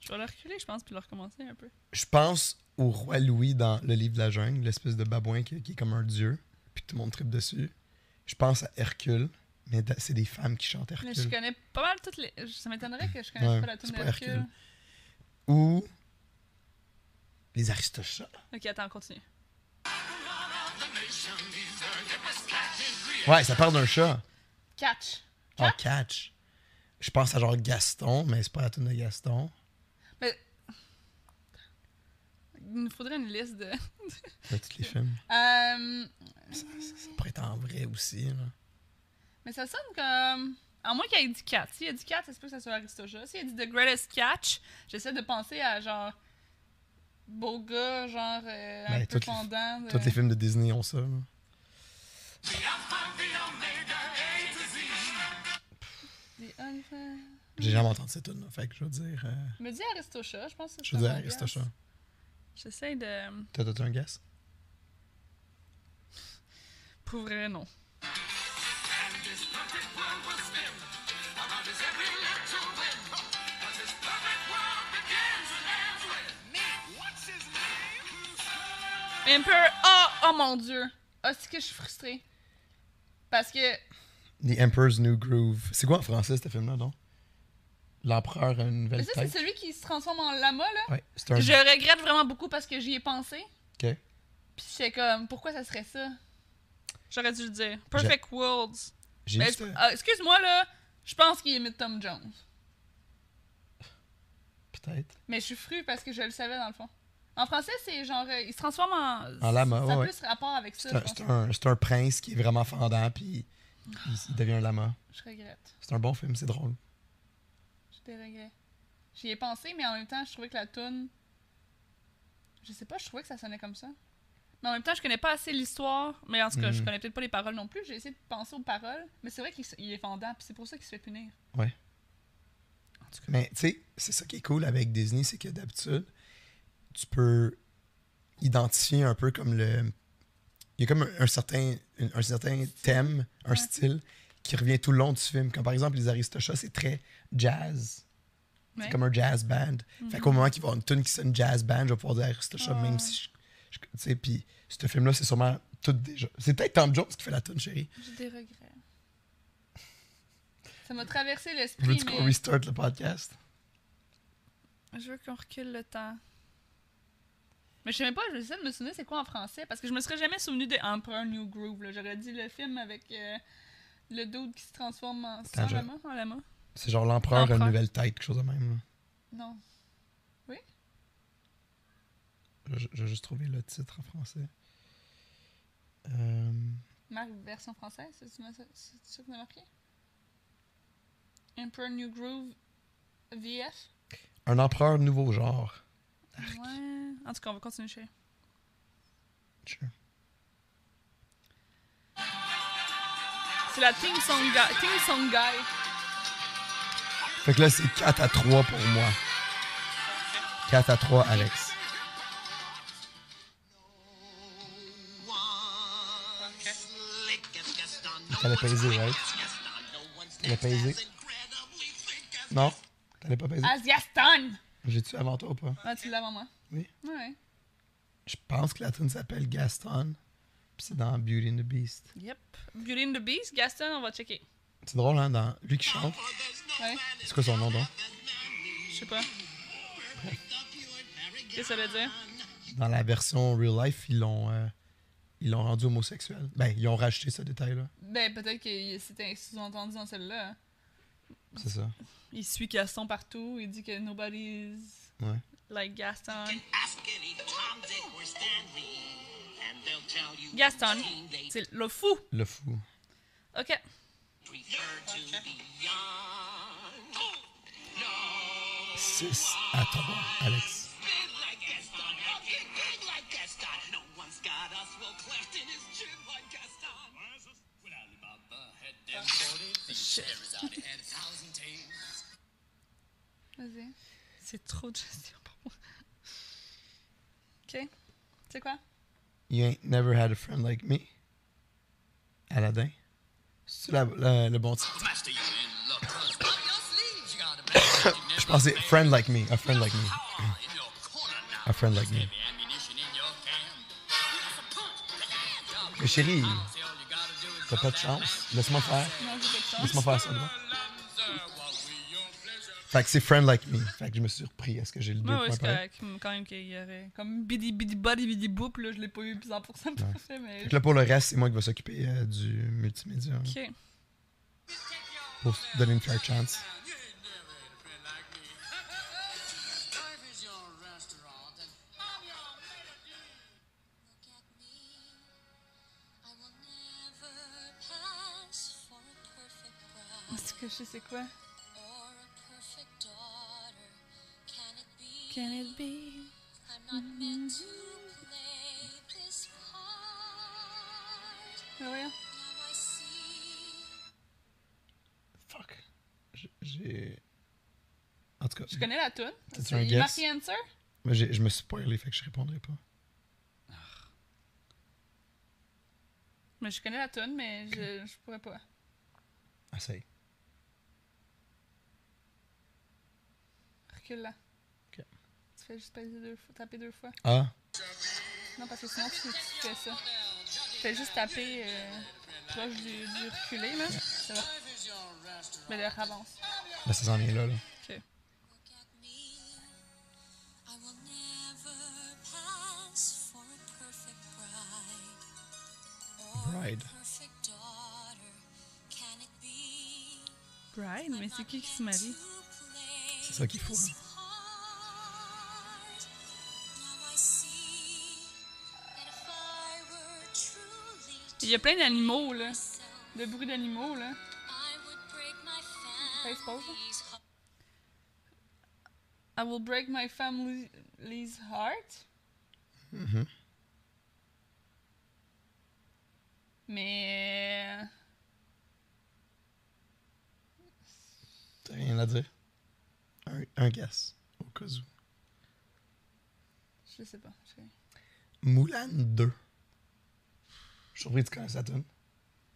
Je vais le reculer, je pense, puis le recommencer un peu. Je pense au roi Louis dans le livre de la jungle, l'espèce de babouin qui, qui est comme un dieu, puis que tout le monde tripe dessus. Je pense à Hercule, mais da- c'est des femmes qui chantent Mais je Hercule. connais pas mal toutes les. je- Ça m'étonnerait que je connaisse Mm. Ouais, pas la tune c'est de pas Hercule. Hercule. Ou les Aristochats. Ok, attends, continue. Ouais, ça part d'un chat. Catch. Oh, catch. Je pense à genre Gaston, mais c'est pas la tune de Gaston. Mais. Il nous faudrait une liste de. De tous les films. Euh, Ça pourrait être en vrai aussi. là. mais ça sonne comme. À moins qu'il ait dit Catch. S'il a dit Catch, ça se peut que ça soit Aristoja. S'il a dit The Greatest Catch, j'essaie de penser à genre. Beau gars, genre. euh, un Ben, peu toutes les- fondant. de- Tous les films de Disney ont ça. là. Des alphas. J'ai jamais entendu cette tune. là. Fait que je veux dire. euh, Me dis Aristocha, je pense que je veux ça dire m'agace. Aristochats. J'essaie de. T'as t'as un guess? Pour vrai, non. Emperor. Oh, oh mon dieu. Ah, c'est que je suis frustrée. Parce que. The Emperor's New Groove. C'est quoi en français ce film-là, non? L'empereur a une Mais nouvelle ça, c'est tête. celui qui se transforme en lama, là. Ouais, c'est un. Je regrette vraiment beaucoup parce que j'y ai pensé. Ok. Puis j'étais comme, pourquoi ça serait ça? J'aurais dû le dire. Perfect Worlds. J'ai Mais vu je- ce- ah, excuse-moi, là. Je pense qu'il imite Tom Jones. Peut-être. Ah, Mais je suis fru parce que je le savais, dans le fond. En français, c'est genre. euh, Il se transforme en. En lama, Ça ouais, a ouais. plus rapport avec ça. C'est un, je pense. c'est un- c'est un prince qui est vraiment fendant, puis il, il devient un lama. Je regrette. C'est un bon film, c'est drôle. J'ai des regrets. J'y ai pensé, mais en même temps, je trouvais que la toune. Je sais pas, je trouvais que ça sonnait comme ça. Mais en même temps, je connais pas assez l'histoire. Mais en tout cas, je Mhm. connais peut-être pas les paroles non plus. J'ai essayé de penser aux paroles. Mais c'est vrai qu'il s- il est fendant, puis c'est pour ça qu'il se fait punir. Mais tu sais, c'est ça qui est cool avec Disney, c'est que d'habitude, tu peux identifier un peu comme le. Il y a comme un, un certain, un, un certain thème, un style qui revient tout le long du film. Comme par exemple, les Aristochats, c'est très jazz. Ouais. Mhm. C'est comme un jazz band. Fait qu'au moment qu'il va y avoir une tune qui sonne jazz band, je vais pouvoir dire Aristochats, même si je. je- tu sais, puis ce film-là, c'est sûrement tout déjà. C'est peut-être Tom Jones qui fait la tune, chérie. J'ai des regrets. Ça m'a traversé l'esprit, Veux-tu qu'on mais restart le podcast? je veux qu'on recule le temps. Mais je sais même pas, je vais essayer de me souvenir c'est quoi en français, parce que je me serais jamais souvenu de Emperor New Groove. là. J'aurais dit le film avec euh, le dude qui se transforme en, c'est Attends, en je- lama, en lama. C'est genre l'empereur a une L'Empereur. nouvelle tête, quelque chose de même. là. Non. Je- J'ai juste trouvé le titre en français. Euh, Marc, version française, c'est c'est ça que t'as marqué? Emperor New Groove VF? un empereur nouveau genre. Ouais. En tout cas, on va continuer chez. Sure. C'est la Team Song Guy. Team Song Guy. Fait que là, c'est 4 à 3 pour moi. 4 à 3, Alex. T'allais peser, right? T'allais peser? Non? T'allais pas peser? Asgaston! J'ai-tu avant toi ou pas? Ah, tu l'as avant moi. Oui. Ouais. Je pense que la tune s'appelle Gaston. Puis c'est dans Beauty and the Beast. Yep. Beauty and the Beast, Gaston, on va checker. C'est drôle, hein? Dans... Lui qui chante. Ouais, C'est quoi son nom, donc? je sais pas. Qu'est-ce que ça veut dire? Dans la version real life, ils l'ont euh, ils l'ont rendu homosexuel. Ben, ils ont rajouté ce détail-là. Ben, peut-être que c'était sous-entendu dans celle-là. hein. C'est ça. Il suit Gaston partout, il dit que nobody's Ouais. like Gaston. Ask any Tom, Dick, or Stanley, and they'll tell you Gaston, team they c'est le fou. Le fou. Ok. prefer to be young. No, 6 à 3, Alex. big like Gaston, fucking big like Gaston. No one's got us. Will Clifton is chin like Gaston. Well, Alibaba had them forty thieves. Sherazade had a thousand tails. Vas-y. C'est trop de gestion pour moi. Ok. C'est quoi? You ain't never had a friend like me. Aladdin. C'est la, la- le bon titre. Master, you in luck 'cause up your sleeves you got a master. You never Je pensais Friend Like Me, A Friend Like Me. power in your corner now. A Friend Like Me. Heavy ammunition in your hand. That's a punch. That's a hand up. Mais chérie, All you gotta do is t'as pas drop de that chance. Laisse-moi faire. Non, j'ai pas de chance. Laisse-moi faire ça. demain. lancer while we your pleasure. Fait que c'est Friend Like Me. Fait que je me suis surpris. Est-ce que j'ai le deux Moi, ouais, points c'est pareil? correct. Quand même qu'il y aurait comme bidi bidi body bidi boop, là, je l'ai pas eu 100% parfait, mais. Fait que là, pour le reste, c'est moi qui vais s'occuper euh, du multimédia. hein, Ok. Pour donner une fair chance. You ain't never had a friend like me. Life is your restaurant, and I'm your melody. Look at me. I will never pass for a perfect bride Est-ce que je sais c'est quoi? or a perfect daughter. Can it be? Can it be? I'm not meant to play this part. Ah ouais. Now I see. Fuck. J- J'ai. En tout cas, Je connais la toune. C'est C'est un il guess. marqué answer? moi, j'ai- je me suis spoilé, fait que je répondrai pas. Mais je connais la toune, mais je, je pourrais pas. Essaye. Recule là. Ok. Tu fais juste peser deux fois, taper deux fois. Ah, Non, parce que sinon tu, tu fais ça. Tu fais juste taper euh, proche du, du reculé, là. Ça va. Mais là, avance. ben ça s'en vient là, là. Ok. Look at me. I will never pass for a perfect bride or Bride. a perfect daughter. Can it be? Brian, mais c'est qui qui se To marie? play C'est ça qu'il faut. hein. this part. Now I see. Il y a plein d'animaux, là. De bruit d'animaux, là. Face pause, là. I will break my family's heart. Mhm. Mais. euh, T'as rien à dire. Un, un guess, au cas où. Je sais pas. j'ai- Moulin 2. Je suis surpris que tu connaisses la tune.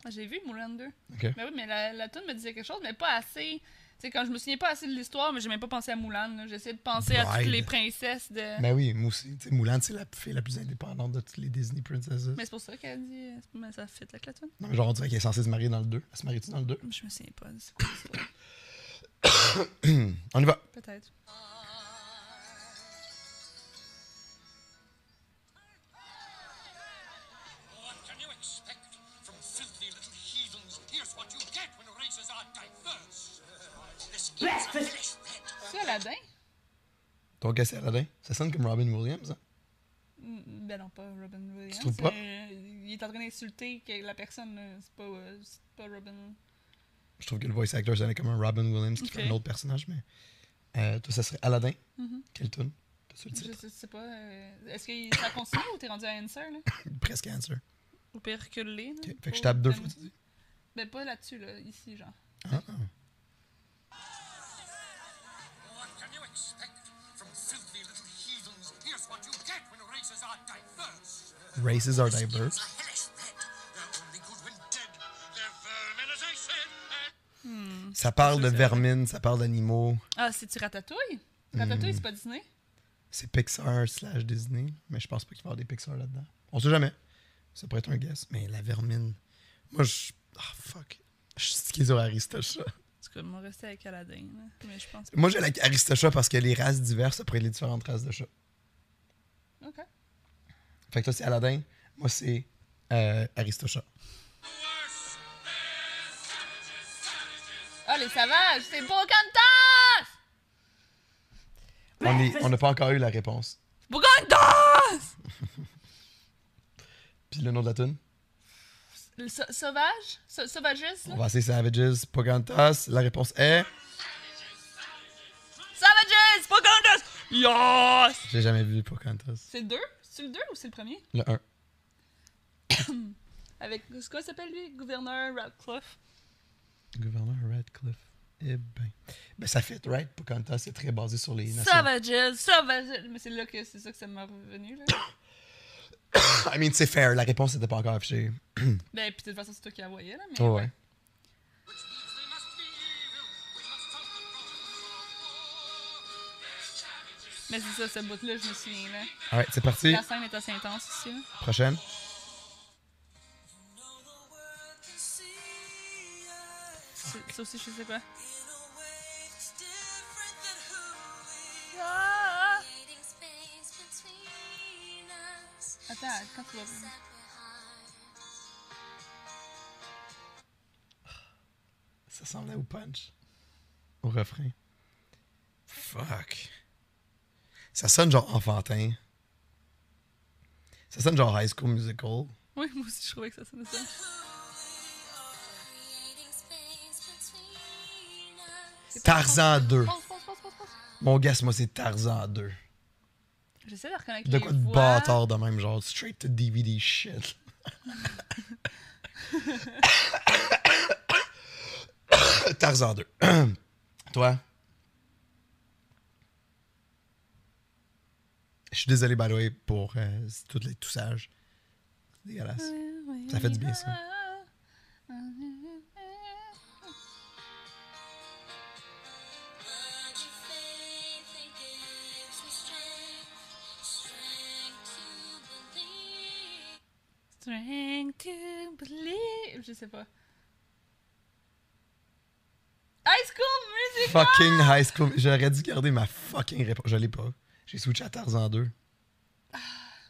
Ah, J'ai vu Moulin 2. OK. Mais oui, mais la, la toune me disait quelque chose, mais pas assez. Tu sais, quand je me souviens pas assez de l'histoire, mais j'ai même pas pensé à Moulin. là. J'essayais de penser à toutes Bride. les princesses de. Mais, Ben oui, moi aussi. Tu sais, Moulin, c'est la fille la plus indépendante de toutes les Disney princesses. c'est pour ça qu'elle dit. euh, c'est- Mais ça fit avec la toune. Non, mais genre, on dirait qu'elle est censée se marier dans le 2. Elle se marie-tu dans le 2? Je me souviens pas de c'est quoi l'histoire. On y va. Peut-être. Oh, What can you expect from filthy little heathens? Here's what you get when races are diverse. This is a flesh C'est Aladdin? Ton guess, c'est Aladdin. Ça sonne comme Robin Williams. Hein? Mm, Ben non, pas Robin Williams. Tu trouves pas? Euh, il est en train d'insulter que- la personne. là. C'est pas, euh, c'est pas Robin. Je trouve que le voice actor sonnait comme un Robin Williams qui fait Ok. Mhm. un autre personnage, mais. Euh, toi, ça serait Aladdin. Quelle tune? T'as-tu le Je titre? sais, sais pas. euh, Est-ce que ça continue ou t'es rendu à Answer? Là? Presque answer. Ou pire reculer? Ok, Fait que je tape deux fois. tu dis. Ben pas là-dessus, là. Ici, genre. Ah. What Oh, can you expect from filthy little heathens? Here's what you get when races are diverse. Races are diverse. A hellish red. They're only good when dead. They're vermin, as I said. and- Ça parle de vermine, ça parle d'animaux. Ah, c'est-tu Ratatouille? Ratatouille, Hmm. c'est pas Disney? C'est Pixar slash Disney, mais je pense pas qu'il va y avoir des Pixar là-dedans. On sait jamais. Ça pourrait être un guess, mais la vermine. Moi, je. Ah, fuck. Je suis schizo Aristocha. En tout cas, ils m'ont resté avec Aladdin, là. Mais je pense pas. Moi, j'ai la Aristocha parce que les races diverses, ça pourrait être les différentes races de chats. Ok. Fait que toi, c'est Aladdin. Moi, c'est euh, Aristocha. Ah, les savages! C'est Bogantas! On est- on n'a pas encore eu la réponse. Bogantas! Puis le nom de la tune Le sau- sauvage? Sau- sauvagiste, là? On va essayer Savages, Pocantas. La réponse est. Savages! Bogantas! Yes! J'ai jamais vu Pocantas. C'est le 2? C'est le 2 ou c'est le premier? Le 1. Avec. C'est quoi il s'appelle lui? Gouverneur Radcliffe. Gouverneur Radcliffe. Eh ben. Ben, ça fait, right? Pocantas, c'est très basé sur les nations. Savages! Savages! Mais c'est là que c'est ça que ça m'a revenu, là. I mean, c'est fair. La réponse n'était pas encore affichée. ben, pis de toute façon, c'est toi qui la voyais, là. Mais Ouais, ouais. Which means they must be evil. We must stop the problems of war. Mais c'est ça, ce bout-là, je me souviens, là. Alright, c'est parti. La scène est assez intense ici, là. Prochaine. C'est- Ça aussi, je sais pas. Attends, quand tu vas. Ça semblait au punch. Au refrain. Fuck. Ça sonne genre enfantin. Ça sonne genre High School Musical. Oui, moi aussi, je trouvais que ça sonnait ça. Tarzan 2. Pause, pause, pause, pause, pause. Mon guess, moi, c'est Tarzan 2. J'essaie de reconnaître De les quoi bah, de voix. bâtard de même, genre straight to DVD shit. Tarzan 2. Toi? Je suis désolé, by the way, pour euh, toutes les toussages. C'est dégueulasse. Ça fait du bien, ça. Strength to believe. Je sais pas. High School Music! Fucking high school. J'aurais dû garder ma fucking réponse. Je l'ai pas. J'ai switché à Tarzan 2.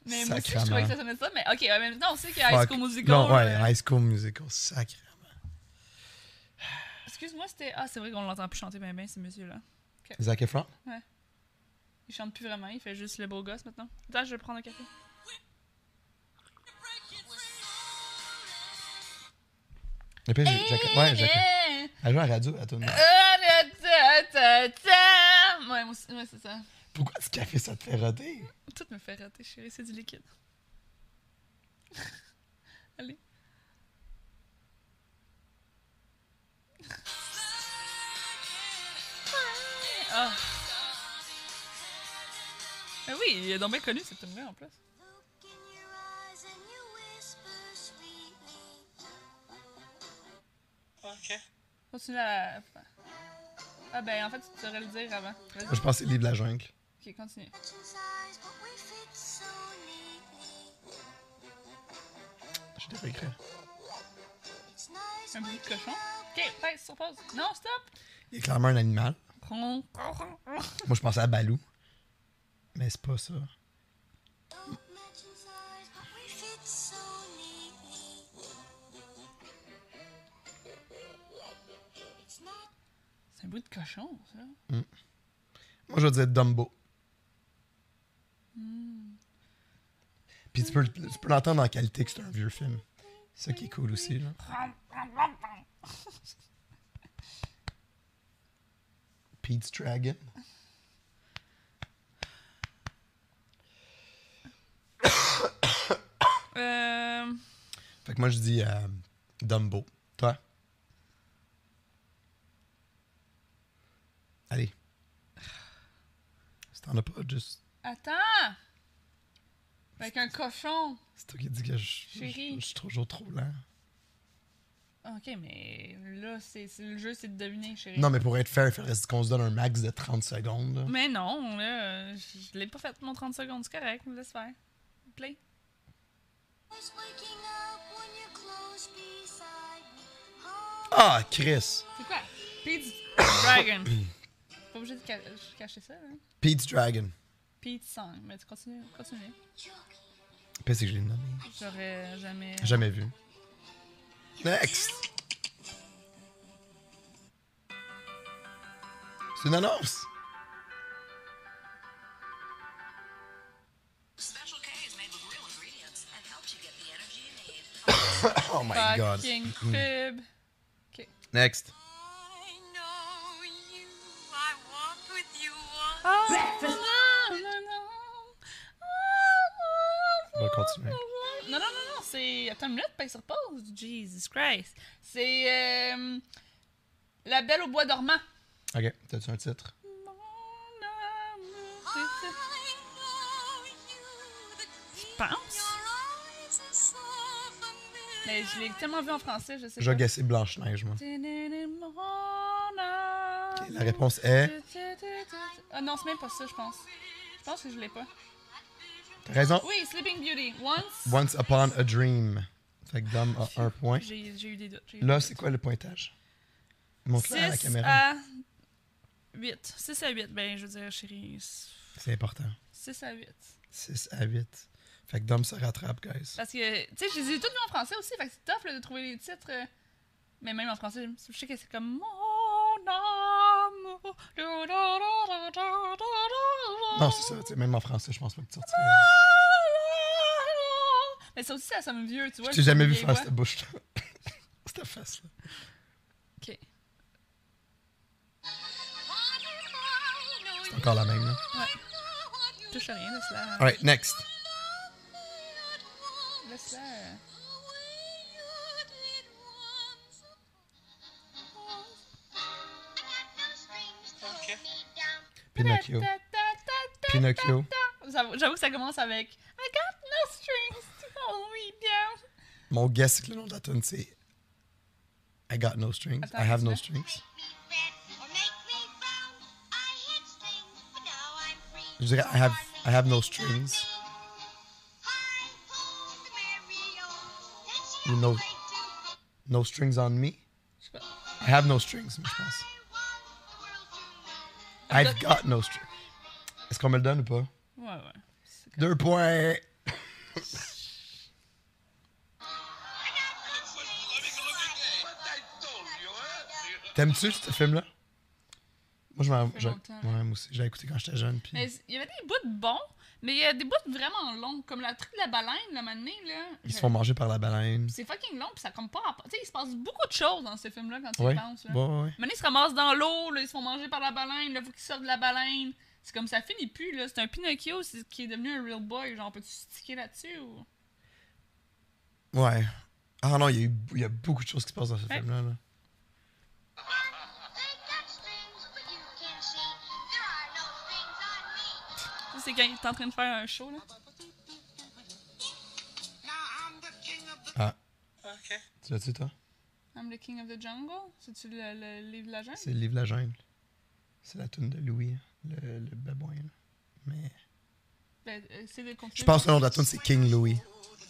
Mais moi aussi, je Sacrement. trouvais que ça sonnait ça. Mais ok, ouais, mais maintenant, on sait que High Fuck. School Musical. Non, ouais, euh, high school musical, sacrément. Excuse-moi, c'était. Ah, c'est vrai qu'on l'entend plus chanter bien, bien, ce monsieur-là. Zac Efron? Il chante plus vraiment, il fait juste le beau gosse maintenant. Attends, je vais prendre un café. Et puis, j'ai- Eh! j'ai- ouais, j'ai- Elle joue à la radio à tout le monde. Ouais, moi aussi- ouais, c'est ça. Pourquoi ce café, ça te fait roter? Tout me fait rater, chérie, c'est du liquide. Allez. Ah. Ah oui, il est donc bien connu cette tune en plus. Look in your eyes and you whisper sweetly. Continue à... Ah ben, en fait, tu saurais le dire avant. Moi, je Vas-y. pense que c'est le livre de la jungle. Ok, continue. Matches eyes, but we fit so neatly. Je devrais écrire. It's nice Un bruit de waking cochon. up Ok, passe, sur pause. Non, stop! Il est clairement un animal. Ron. Moi, je pensais à Balou. Mais c'est pas ça. Matches eyes, but we fit so neatly. It's not C'est un bruit de cochon, ça. Moi, je vais dire Dumbo. Puis tu peux, tu peux l'entendre en qualité que c'est un vieux film. C'est ça qui est cool aussi. Là. Pete's Dragon. Euh... Fait que moi, je dis euh, Dumbo. Toi? Allez. Si t'en as pas, juste... Attends! Avec un cochon! C'est toi qui dis que je, je, Chérie. je suis toujours trop lent. Ok, mais là, c'est c'est- le jeu, c'est de deviner, chérie. Non, mais pour être fair, il faudrait qu'on se donne un max de 30 secondes. là. Mais non, là, je je l'ai pas fait mon 30 secondes, c'est correct, me laisse faire. Play. nice waking up when you're close beside me. Home Ah, Chris! C'est quoi? Pete's Dragon. pas obligé de ca- de cacher ça, hein? Pete's Dragon. Pete's Song. Mais tu continues, continue. jockey. Puis c'est que je l'ai nommé. Oh J'aurais jamais. Jamais vu. Next! C'est une annonce! Special K is made with real ingredients and helps you get the energy you need. Oh my god! Fucking fib. Next! I know you. I walked with you once. Oh, non, non, non. Ah, On va continuer. Non, non, non, non, c'est. Attends une minute, paye sur pause. Jesus Christ. C'est. euh, La Belle au Bois dormant. Ok, t'as-tu un titre? Mon amour, c'est ça. I know you. The Je deep pense. your eyes are so familiar. Mais je l'ai tellement vu en français, je sais Je vais pas. guesser Blanche-Neige, moi. Mon amour. La réponse est. Ah non, c'est même pas ça, je pense. Je pense que je l'ai pas. T'as raison! Oui, Sleeping Beauty. Once. Once Upon a Dream. Fait que Dom a un point. J'ai j'ai eu des doutes. j'ai eu Là, c'est quoi le pointage? Montre-le à la 6 caméra. à 8. 6 à 8, ben je veux dire, chérie. C'est important. 6 à 8. 6 à 8. Fait que Dom se rattrape, guys. Parce que, tu sais, je les ai toutes vues en français aussi, fait que c'est tough là, de trouver les titres. euh, Mais même en français, je sais que c'est comme Mon amour. Non, Non, c'est ça. tu sais, Même en français, je pense pas que tu sortirais. Mais ça aussi, ça sonne vieux, tu vois. Je t'ai jamais vu vieille faire voix. cette bouche-là. cette face-là. Ok. C'est encore la même, là. Touche à rien, laisse-la. Alright, next. Laisse-la. euh, Pinocchio. Ta, ta, ta, ta, ta, Pinocchio. ta. J'avoue j'avoue que ça commence avec I got no strings to hold me down. Mon guess, c'est que le nom de la tune, c'est I got no strings. Attends, I have no laisse-le. strings. Je dirais I have, I have no strings. You know. No strings on me. Je sais pas. I have no strings, moi, je pense. I've got no strings. Est-ce qu'on me le donne ou pas? Ouais, ouais. C'est Deux points. T'aimes-tu ce film-là? Moi, je m'en. fait je- longtemps, Ouais, moi aussi. Je l'ai écouté quand j'étais jeune. Puis... Mais il y avait des bouts de bons, Mais il y a des bouts vraiment longs, comme la truc de la baleine, la matinée, là. Ils se je- font manger par la baleine. C'est fucking long, puis ça comme pas. rapport- Tu sais, il se passe beaucoup de choses dans ce film-là quand tu Ouais. y penses. Là. Ouais, ouais, ouais. Maintenant, ils se ramassent dans l'eau, là, ils se font manger par la baleine, là, faut qu'ils sortent de la baleine. C'est comme ça finit plus, là. C'est un Pinocchio c'est- qui est devenu un real boy. Genre, peux-tu sticker là-dessus ou. Ouais. Ah non, il y, a eu- il y a beaucoup de choses qui se passent dans ce Ouais. film-là. là. I got strings, but you can see there are no strings on me. Ça, C'est quand il est en train de faire un show, là. Now I'm the king of the. Ah. Tu l'as-tu, toi? I'm the king of the jungle. C'est-tu le, le livre de la jungle? C'est le livre La Jungle. C'est la tune de Louis, le, le babouin. là. Mais... Ben, euh, c'est de continuer. Je pense que le nom de la tune, c'est King Louis. The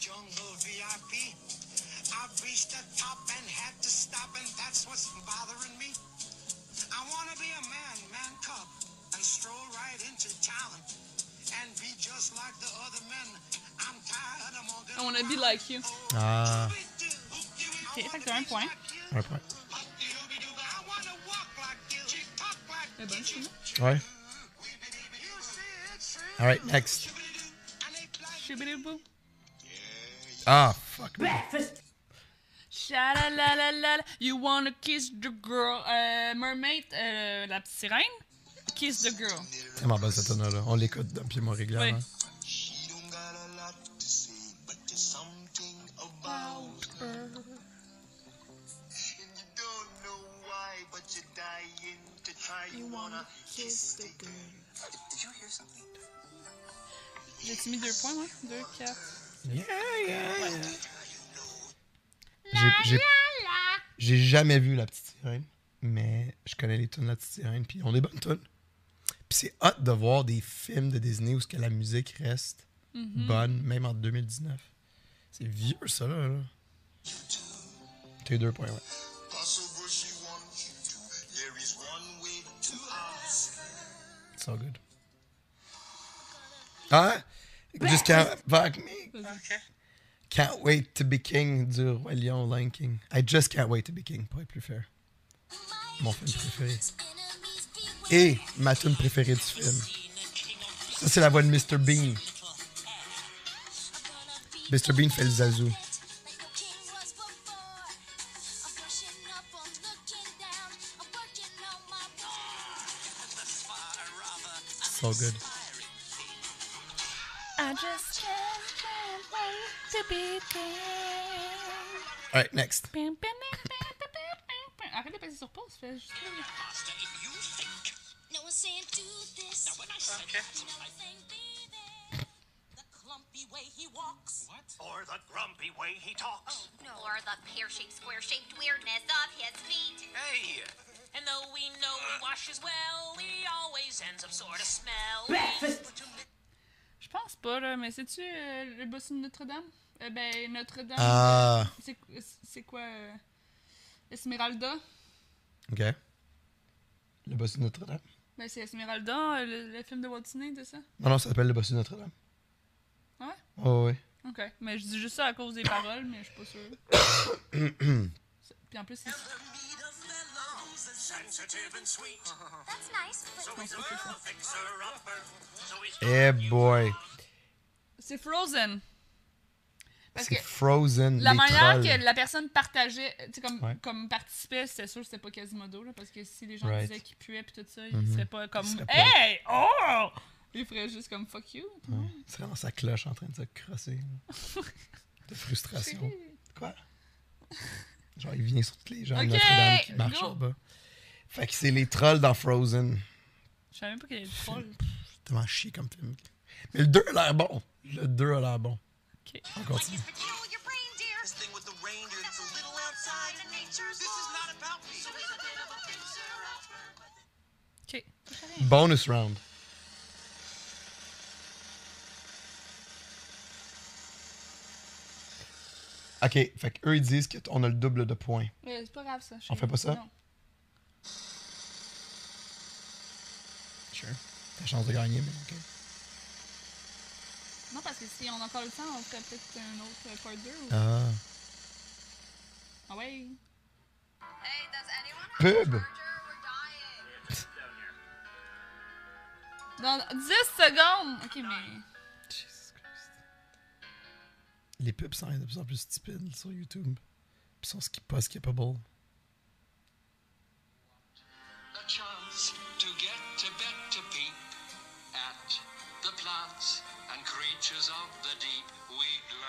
jungle VIP. I've reached the top and had to stop, and that's what's bothering me. I wanna be a man, man cub, and stroll right into town and be just like the other men. I'm tired of Morgan. I wanna be like you. Ah. Ok, fait que t'as un point. Ouais, ouais. I wanna walk like you, talk like Mais bonne chose. Ouais. you. See, it's true. Alright, next. Chibidibou. Ah, fuck. me. Sha-la-la-la-la. You wanna kiss the girl. Euh, mermaid, euh, la petite sirène. Kiss the girl. Tellement bonne cette tune-là. On l'écoute dans Pied-Mont Ouais. régulièrement. She don't got a lot to say, but there's something about her. And you don't know why, but you're dying to try. You, wanna kiss the girl. Did you hear something? J'ai-tu mis deux points, moi? Deux, quatre. Yeah, yeah, yeah. J'ai- j'ai- J'ai jamais vu La Petite Sirène, mais je connais les tunes de La Petite Sirène, puis on est bonnes tunes. Puis c'est hot de voir des films de Disney où ce que la musique reste bonne, même en 2019. C'est vieux, ça, là. là. T'as eu deux points, ouais. Possible she wants you to. There is one way to ask. So good. Hein? Just can't, fuck me. Can't wait to be king du Roi Lion, Lion King. I just can't wait to be king, pour être plus fair. Mon film préféré. Et ma tune préférée du film. Ça, c'est la voix de Mr. Bean. Mr. Bean fait le zazou. So good. Alright, next. Arrête de passer sur pause, fais juste là. Or the grumpy way he talks. Or the pear-shaped, square-shaped weirdness of his feet. Hey, And though we know he washes well, he always ends up sort of smelly. Je pense pas, là, mais c'est-tu euh, le boss de Notre-Dame? Euh, ben, Notre-Dame. Ah. euh, c'est- C'est quoi? euh, Esmeralda? Ok. Le bossu de Notre-Dame. Ben, c'est Esmeralda, euh, le, le film de Walt Disney, de ça? Non, non, ça s'appelle le bossu de Notre-Dame. Ouais? Oh, ouais. Ok. Mais je dis juste ça à cause des paroles, mais je suis pas sûre. C'est- Puis en plus, c'est. sensitive and sweet. That's nice, but So he's a fixer-upper. So he's Eh boy. C'est Frozen. Parce que C'est Frozen. la les manière trolls. que la personne partageait, tu sais, comme, Ouais. comme participait, c'était sûr que c'était pas Quasimodo, là, parce que si les gens Right. disaient qu'il puait pis tout ça, ils seraient pas comme seraient pas- Mm. Hey! Oh! Ils feraient juste comme fuck you. tout le monde. C'est vraiment sa cloche en train de se crosser. là. de frustration. Quoi? Genre, il vient sur toutes les gens de Ok, Notre-Dame qui marchent go. en bas. Fait que c'est les trolls dans Frozen. Je savais même pas qu'il y avait du troll. C'est tellement chier comme film. Mais le 2 a l'air bon. Le 2 a l'air bon. Ok. On continue. control your brain, dear. This thing with the reindeer that's a little outside. Outside of nature's This is law. not about me. So he's a bit of a fixer-upper. Ok. Bonus round. Ok, fait qu'eux ils disent qu'on a le double de points. Mais c'est pas grave ça. je On sais. fait pas ça? Non. Sure. T'as chance de gagner, mais ok. Non, parce que si on a encore le temps, on ferait peut-être un autre euh, part 2. Ou... Ah. Ah ouais. Hey, does anyone have Pub! a charger? We're dying. Dans 10 secondes! Ok, mais. les pubs sont de plus en plus stupides sur YouTube. Puis sont skip pas skippable. a chance to get to bed to peep at the plants and creatures of the deep. We glide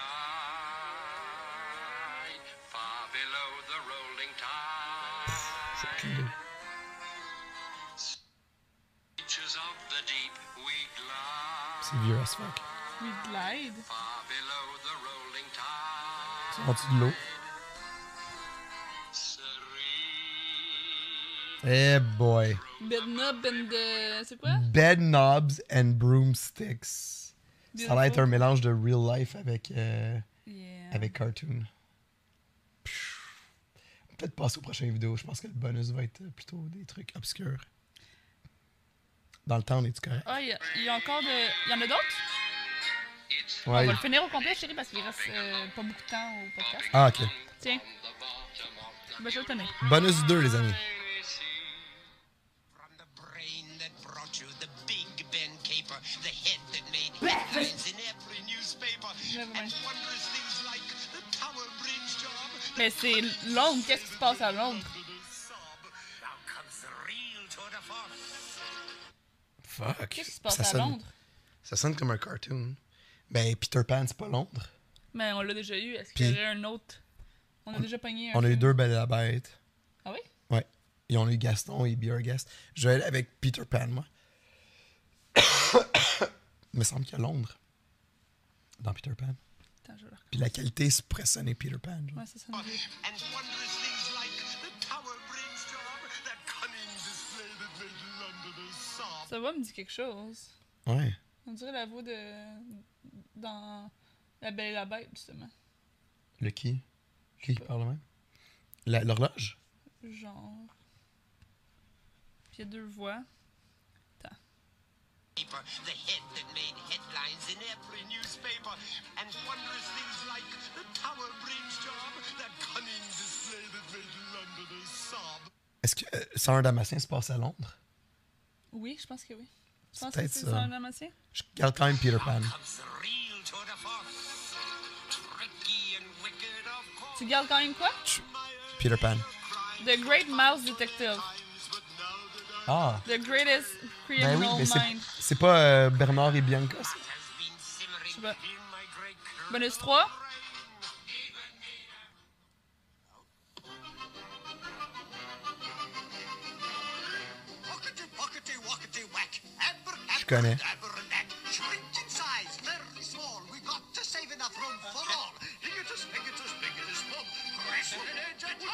far below the rolling tide. Creatures of the deep, we glide C'est vieux as fuck. We glide. far below the rolling tide. Ils sont rendus de l'eau. Serene. Eh boy. Bednob and the... C'est quoi? Bed knobs and broomsticks. Ça va être Beautiful. un Ah. mélange de real life avec, euh, Yeah. avec cartoon. Pfiou. Peut-être passer aux prochaines vidéos. Je pense que le bonus va être plutôt des trucs obscurs. Dans le temps, on est-tu correct? Ah, il y, a- il y a encore de... Il y en a d'autres? It's On Ouais. va le finir au complet, chérie, parce qu'il reste euh, pas beaucoup de temps au podcast. Ah, ok. Tiens, the bottom of the ben, je vais le tenir. Bonus 2, les amis. rainy sea. From the brain that brought you the Big Ben caper, the head that made headlines in every newspaper, Never and mind. wondrous things like the Tower Bridge job. Mais c'est Londres, qu'est-ce qui se passe à Londres? Now comes the real tour de force. Fuck. Qu'est-ce qui se passe ça à sonne, Londres? Ça sonne comme un cartoon. Ben, Peter Pan, c'est pas Londres. Mais on l'a déjà eu, est-ce qu'il y Puis- aurait un autre? On a déjà pogné un On a eu film. deux Belles et la Bête. Ah oui? Ouais. Et on a eu Gaston et Björgast. Je vais aller avec Peter Pan, moi. Il me semble qu'il y a Londres dans Peter Pan. Attends, je vais le recommencer. Puis la qualité se pourrait sonner Peter Pan. genre. Ouais, ça sonne bien. And wondrous things like the Tower Bridge job, that cunning display that made London a sob. Ça va me dit quelque chose. Ouais. On dirait la voix de... dans La Belle et la Bête, justement. Le qui Qui qui parle le même La- L'horloge Genre... Puis il y a deux voix. Attends. paper, the head that made headlines in every newspaper, and wondrous things like the Tower Bridge job, that cunning display that made Londoners sob. Est-ce que euh, 101 Damasien se passe à Londres Oui, je pense que oui. Je pense que peut-être c'est ça. ça, un amassé. Je garde quand même Peter Pan. Comes the real tour de force, tricky and wicked, of course. Tu gardes quand même quoi? Peter Pan. The Great Mouse Detective. Ah The Greatest Ben Criminal oui, mais c'est- Mind. c'est pas euh, Bernard et Bianca, ça? Has been simmering Je sais pas. in my great curl Bonus 3. Hockety, pockety, walkety, whack. Abra, Je connais. abra, knack. Shrink in size, very small. We got to save enough room for all. Higgitus, higgitus, higgitus, bump. Wrestle in a jetty.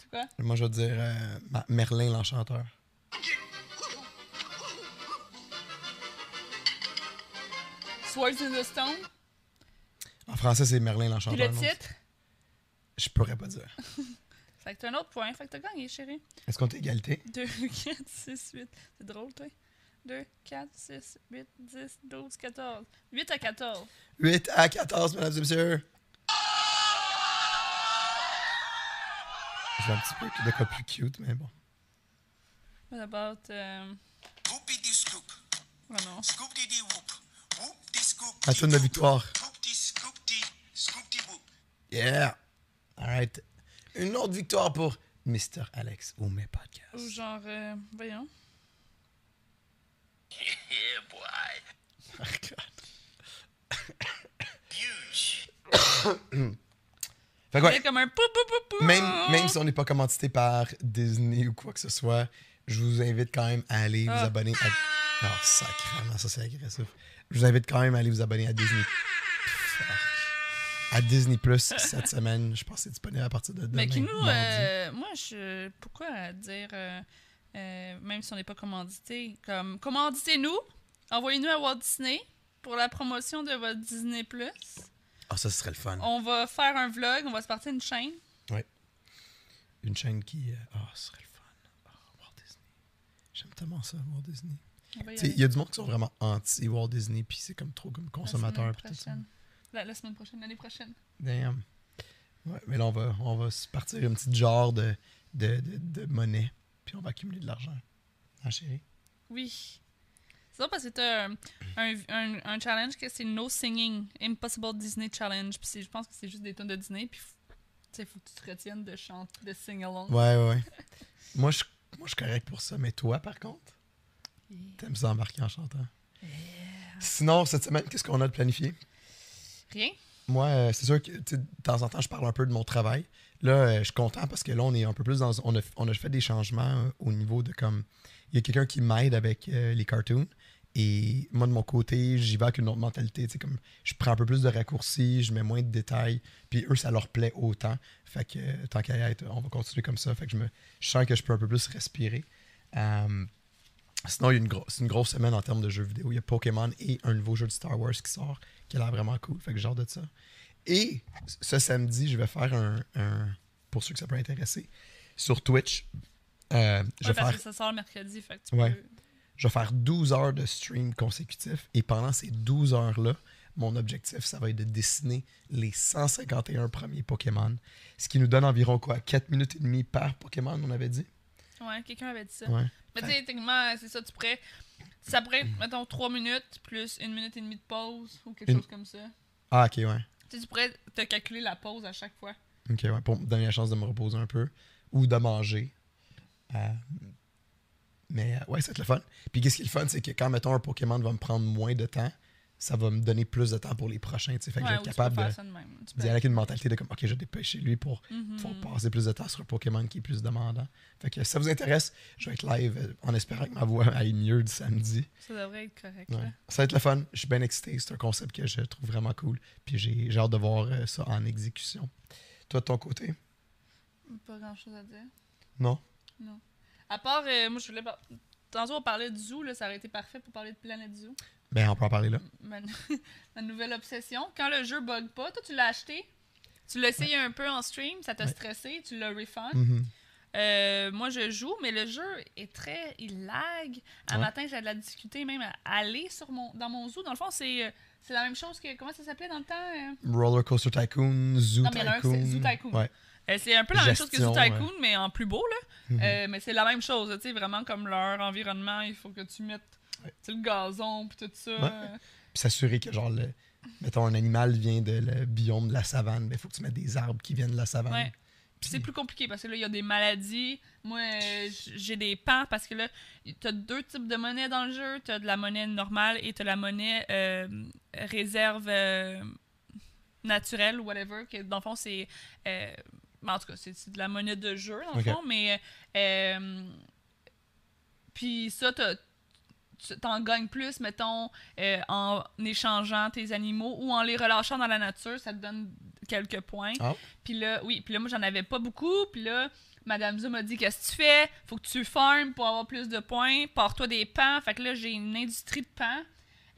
C'est quoi? Moi, je vais dire euh, Ma- Merlin l'Enchanteur. Swords in the Stone. En français, c'est Merlin Puis l'Enchanteur. le ben non? titre. Je pourrais pas dire. Fait que t'as un autre point. Fait que t'as gagné, chérie. Est-ce qu'on est égalité? 2, 4, 6, 8. C'est drôle, toi. 2, 4, 6, 8, 10, 12, 14. 8 à 14. 8 à 14, mesdames et messieurs. J'ai un petit peu de quoi plus cute, mais bon. What about. Euh... Whoopity scoop, Oh non. scoop dee dee whoop, whoop dee scoop. Un tour de victoire. Whoop dee scoop dee, scoop dee whoop. Yeah! Alright. Une autre victoire pour Mr. Alex ou mes podcasts. Ou genre. euh, Voyons. Yeah, boy. Oh, God. Huge. Fait que C'est ouais, comme un pou pou pou pou. même, même si on n'est pas commandité par Disney ou quoi que ce soit, je vous invite quand même à aller vous Ah. abonner à. Oh, sacrément, ça c'est agressif. Je vous invite quand même à aller vous abonner à Disney. Fuck. À Disney Plus cette semaine. Je pense que c'est disponible à partir de demain. Mais qui nous. mardi. euh, moi, je. Pourquoi dire. euh, euh, même si on n'est pas commandité. Comme. Commanditez-nous. Envoyez-nous à Walt Disney pour la promotion de votre Disney. Ah, ça, ce serait le fun. On va faire un vlog. On va se partir une chaîne. Ouais. Une chaîne qui. euh, Ah, ce serait le fun. Ah, Walt Disney. J'aime tellement ça, Walt Disney. On va y Tu sais, aller. il y a du monde qui sont vraiment anti-Walt Disney, puis c'est comme trop comme La semaine consommateur. puis tout ça. prochaine. La, la semaine prochaine, l'année prochaine. Damn. Ouais, mais là, on va, on va se partir une petite genre de, de, de, de monnaie, puis on va accumuler de l'argent. Ah, chérie. Oui. Ça, C'est drôle parce que c'était un, un, un- un challenge que c'est No Singing, Impossible Disney Challenge. Puis c'est- je pense que c'est juste des tonnes de Disney. Puis f- tu sais, faut que tu te retiennes de chanter, de sing along. Ouais, ouais, ouais. moi, je, moi, je suis correct pour ça, mais toi, par contre, t'aimes ça embarquer en chantant. Sinon, cette semaine, qu'est-ce qu'on a de planifié? Rien. Moi, euh, c'est sûr que tu sais, de temps en temps, je parle un peu de mon travail. Là, euh, je suis content parce que là, on est un peu plus dans. On a, on a fait des changements euh, au niveau de comme. Il y a quelqu'un qui m'aide avec euh, les cartoons. Et moi, de mon côté, j'y vais avec une autre mentalité. Tu sais, comme je prends un peu plus de raccourcis, je mets moins de détails. Puis eux, ça leur plaît autant. Fait que euh, tant qu'à y être, on va continuer comme ça. Fait que je, me, je sens que je peux un peu plus respirer. Euh, Sinon, il y a une, grosse- c'est une grosse semaine en termes de jeux vidéo. Il y a Pokémon et un nouveau jeu de Star Wars qui sort, qui a l'air vraiment cool. Fait que j'ai hâte de ça. Et ce samedi, je vais faire un. un- pour ceux que ça peut intéresser, sur Twitch. euh, je, Ouais, vais parce faire, que ça sort mercredi. Fait que tu Ouais. peux. je vais faire 12 heures de stream consécutif. Et pendant ces 12 heures-là, mon objectif, ça va être de dessiner les 151 premiers Pokémon. Ce qui nous donne environ quoi 4 minutes et demie par Pokémon, on avait dit Ouais, quelqu'un avait dit ça. Ouais. Mais tu sais, techniquement, c'est ça, tu pourrais. Ça pourrait être, mettons, 3 minutes plus une minute et demie de pause ou quelque Une- chose comme ça. Ah, ok, ouais. Tu sais, tu pourrais te calculer la pause à chaque fois. Ok, ouais, pour me donner la chance de me reposer un peu ou de manger. Euh, mais euh, ouais, ça va être le fun. Puis qu'est-ce qui est le fun, c'est que quand, mettons, un Pokémon va me prendre moins de temps, ça va me donner plus de temps pour les prochains. tu sais. Fait que ouais, je ou vais être tu capable peux de- faire ça Mhm. de même. Tu peux- d'y aller avec une mentalité de comme, ok, je dépêche chez lui pour pouvoir passer plus de temps sur un Pokémon qui est plus demandant. Fait que si ça vous intéresse, je vais être live euh, en espérant que ma voix aille mieux du samedi. Ça devrait être correct. Ouais. là. Ça va être le fun. Je suis bien excité. C'est un concept que je trouve vraiment cool. Puis j'ai j'ai hâte de voir euh, ça en exécution. Toi, de ton côté, Pas grand chose à dire. non? À part, euh, moi, je voulais. par- Tantôt, on parlait de zoo, là, ça aurait été parfait pour parler de Planète Zoo. Ben, on peut en parler là. Ma, ma nouvelle obsession. Quand le jeu bug pas, toi, tu l'as acheté, tu l'as essayé un peu en stream, ça t'a Ouais. stressé, tu l'as refund. Mhm. Euh, moi, je joue, mais le jeu est très. Il lag. Un Ouais. matin, j'ai de la difficulté même à aller sur mon, dans mon zoo. Dans le fond, c'est euh, c'est la même chose que. Comment ça s'appelait dans le temps euh? Roller Coaster Tycoon, Zoo Non, mais il y en a un, Tycoon. c'est Zoo Tycoon. Ouais. Euh, c'est un peu la même Gestion, chose que Zoo Tycoon, ouais. Mhm. mais en plus beau, là. Euh, mais c'est la même chose, tu sais, vraiment comme leur environnement, il faut que tu mettes Ouais. tu sais, le gazon puis tout ça. Ouais. Puis s'assurer que, genre, le, mettons, un animal vient de le biome de la savane, ben, faut que tu mettes des arbres qui viennent de la savane. Ouais. Puis c'est plus compliqué parce que là, il y a des maladies. Moi, euh, j- j'ai des pans parce que là, t'as deux types de monnaie dans le jeu. T'as de la monnaie normale et t'as la monnaie euh, réserve euh, naturelle ou whatever. Que dans le fond, c'est. euh, ben, en tout cas, c'est c'est de la monnaie de jeu, dans le Ok. fond. Mais. euh, puis ça, t'as- tu- t'en gagnes plus, mettons, euh, en échangeant tes animaux ou en les relâchant dans la nature. Ça te donne quelques points. Ah. Puis là, oui, puis là, moi, j'en avais pas beaucoup. Puis là, Madame Zou m'a dit Qu'est-ce que tu fais Faut que tu farmes pour avoir plus de points. Pars-toi des pans. Fait que là, j'ai une industrie de pans.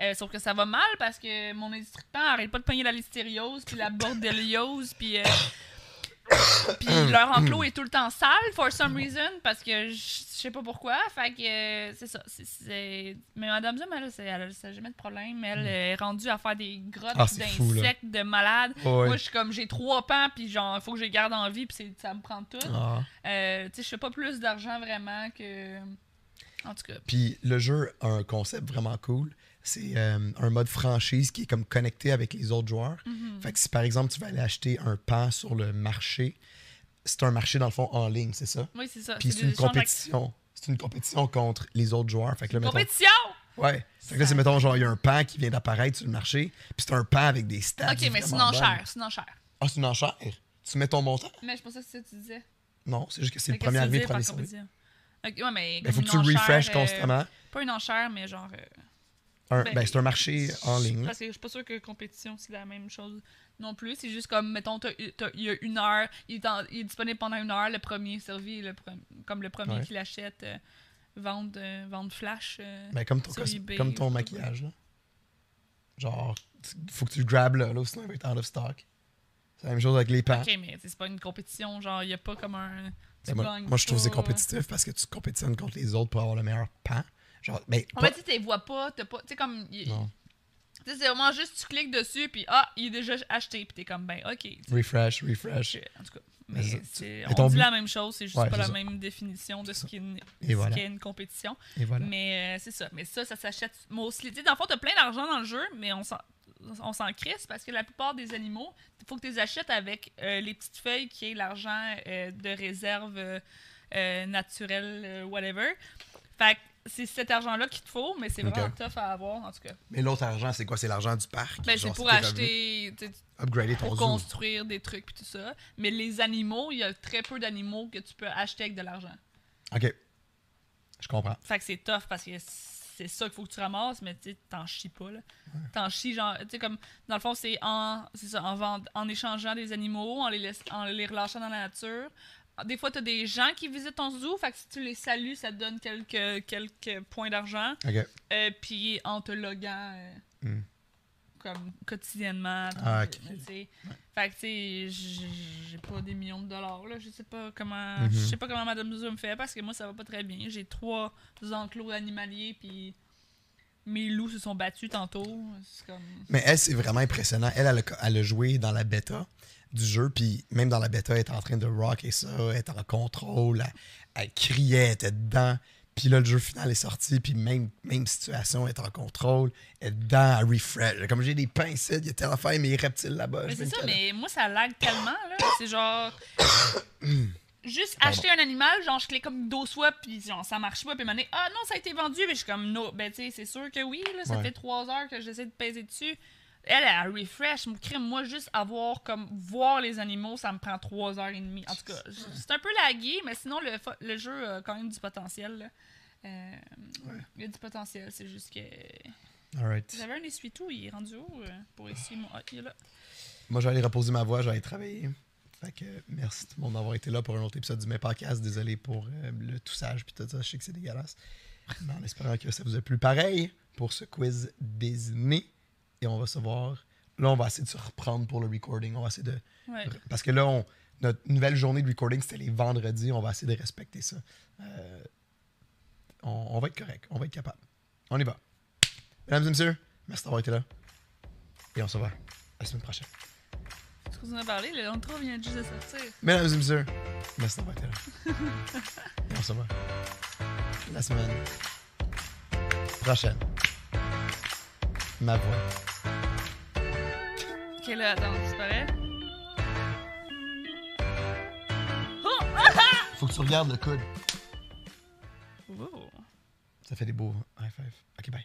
Euh, sauf que ça va mal parce que mon industrie de pans arrête pas de pogner la listériose, puis la bordéliose, puis. euh, puis leur enclos est tout le temps sale, for some reason, parce que je je sais pas pourquoi. Fait que euh, c'est ça. c'est- c'est- Mais Madame Zoom, elle, c'est- elle, ça a jamais de problème. Elle euh, est rendue à faire des grottes Mm. Ah, c'est fou, là. d'insectes, de malades. Ouais. Moi, je suis comme, j'ai trois pans, puis genre, faut que je les garde en vie, puis c'est- ça me prend tout. Ah. Euh, tu sais, je fais pas plus d'argent vraiment que. En tout cas. Puis le jeu a un concept vraiment cool. C'est euh, un mode franchise qui est comme connecté avec les autres joueurs. Mm-hmm. Fait que si par exemple tu vas aller acheter un pan sur le marché, c'est un marché dans le fond en ligne, c'est ça? Oui, c'est ça. Puis c'est c'est des une échanges compétition. C'est une compétition contre les autres joueurs. Fait que là, d'acti- mettons, Compétition! Ouais. Fait que là, c'est mettons, genre, il y a un pan qui vient d'apparaître sur le marché, puis Ah, c'est un pan avec des stats. Ok, mais c'est une vraiment bonnes. enchère. C'est une enchère. Ah, c'est une enchère. Tu mets ton montant? Mais je pensais que c'est ça que tu disais. Non, c'est juste que c'est le Fait qu'est-ce que tu premier arrivé, veux dire par premier servi. compétition? Ok, ouais, mais. Ben, comme faut que tu une enchère, refresh euh, constamment. Pas une enchère, mais genre. euh, Un- ben, ben, c'est un marché en ligne. là. Parce que je suis pas sûre que compétition, c'est la même chose non plus. C'est juste comme, mettons, t'as- t'as- il y a une heure, il est, en- il est disponible pendant une heure, le premier servi, le pre- comme le premier Ouais. qui l'achète, euh, vendre, euh, vendre flash. euh. Ben, comme ton, Sur cos- eBay, comme je ton sais maquillage. Là. Genre, tu- faut que tu le grabes là, là, sinon il va être out of stock. C'est la même chose avec les pans. Ok, mais c'est pas une compétition, genre, il y a pas comme un. euh. tu Ben, moi, gagnes moi, je trouve que c'est pas. compétitif parce que tu compétitionnes contre les autres pour avoir le meilleur pan. Genre, ben, En pas- fait, tu les vois pas, t'as pas. Tu sais, comme. il- Non. Tu sais, c'est vraiment juste, tu cliques dessus, puis ah, il est déjà acheté, puis t'es comme, ben, ok. tu sais. refresh, refresh. En tout cas, Mais ça, c'est- mais on ton dit but- la même chose, c'est juste Ouais, pas c'est la ça. même définition de ce qu'est une, Et ce qu'est voilà. une compétition. Et voilà. Mais euh, c'est ça. Mais ça, ça s'achète mostly. Tu sais, dans le fond, t'as plein d'argent dans le jeu, mais on s'en on s'en crisse parce que la plupart des animaux, il faut que tu les achètes avec euh, les petites feuilles qui est l'argent euh, de réserve euh, euh, naturelle, euh, whatever. Fait que c'est cet argent-là qu'il te faut, mais c'est Ok. vraiment tough à avoir, en tout cas. Mais l'autre argent, c'est quoi? C'est l'argent du parc? Ben, c'est Genre, pour tes revenus. acheter, tu sais, Upgrader ton pour zoo. construire des trucs et tout ça. Mais les animaux, il y a très peu d'animaux que tu peux acheter avec de l'argent. OK. Je comprends. Fait que c'est tough parce que c'est ça qu'il faut que tu ramasses, mais tu sais, t'en chies pas, là. T'en chies, genre, tu sais, comme, dans le fond, c'est en, c'est ça, en, vend- en échangeant des animaux, en les, laisse- en les relâchant dans la nature. Des fois, t'as des gens qui visitent ton zoo, fait que si tu les salues, ça te donne quelques, quelques points d'argent. OK. Euh, puis en te loguant euh, Hmm. comme quotidiennement. Ah, tu ok. sais. Fait que tu sais, j- j'ai pas des millions de dollars là. Je sais pas comment, Mhm. je sais pas comment Madame Zou me fait parce que moi ça va pas très bien. J'ai trois enclos animaliers puis mes loups se sont battus tantôt. C'est comme. Mais elle, c'est vraiment impressionnant. Elle, elle a, elle a joué dans la bêta du jeu, puis même dans la bêta, elle est en train de rock et ça, elle est en contrôle, elle, elle criait, elle était dedans. Puis là, le jeu final est sorti, puis même, même situation, elle est en contrôle, elle est dedans, elle refresh. Comme j'ai des pains ici, il y a telle affaire, mes reptiles là-bas. Mais je c'est vais ça, me caler. mais moi ça lag tellement là. C'est genre. Juste acheter un animal, genre je clique comme 12 fois, puis genre ça marche pas, puis m'année, ah non, ça a été vendu, mais je suis comme, non, ben tu sais, c'est sûr que oui, là, ça Ouais. fait 3 heures que j'essaie de peser dessus. Elle, elle refresh, mon crime, moi juste avoir comme voir les animaux, ça me prend 3 heures et demie. En tout cas, j- c'est un peu lagué, mais sinon le, fo- le jeu a quand même du potentiel. là. Euh, Il y a du potentiel, c'est juste que. All right. J'avais un essuie-tout, il est rendu où euh, pour essuyer mon. Ah, il est là. Moi, je vais aller reposer ma voix, je vais aller travailler. Fait que euh, merci tout le monde d'avoir été là pour un autre épisode du Mes Podcast. Désolé pour euh, le toussage puis tout ça, je sais que c'est dégueulasse. Mais en espérant que ça vous a plu. Pareil pour ce quiz Disney. Et on va se voir. Là, on va essayer de se reprendre pour le recording. On va essayer de. Ouais. Parce que là, on- notre nouvelle journée de recording, c'était les vendredis. On va essayer de respecter ça. Euh, on, on va être correct. On va être capable. On y va. Mesdames et messieurs, merci d'avoir été là. Et on se voit la semaine prochaine. Tu qu'on en a parlé, le long trop vient juste de sortir. Mesdames et messieurs, merci d'avoir été là. Et on se voit la semaine prochaine. Ma voix. Ok, là, attends, tu parais? Oh! Faut que tu regardes le coude. Oh! Ça fait des beaux high five. Ok, bye.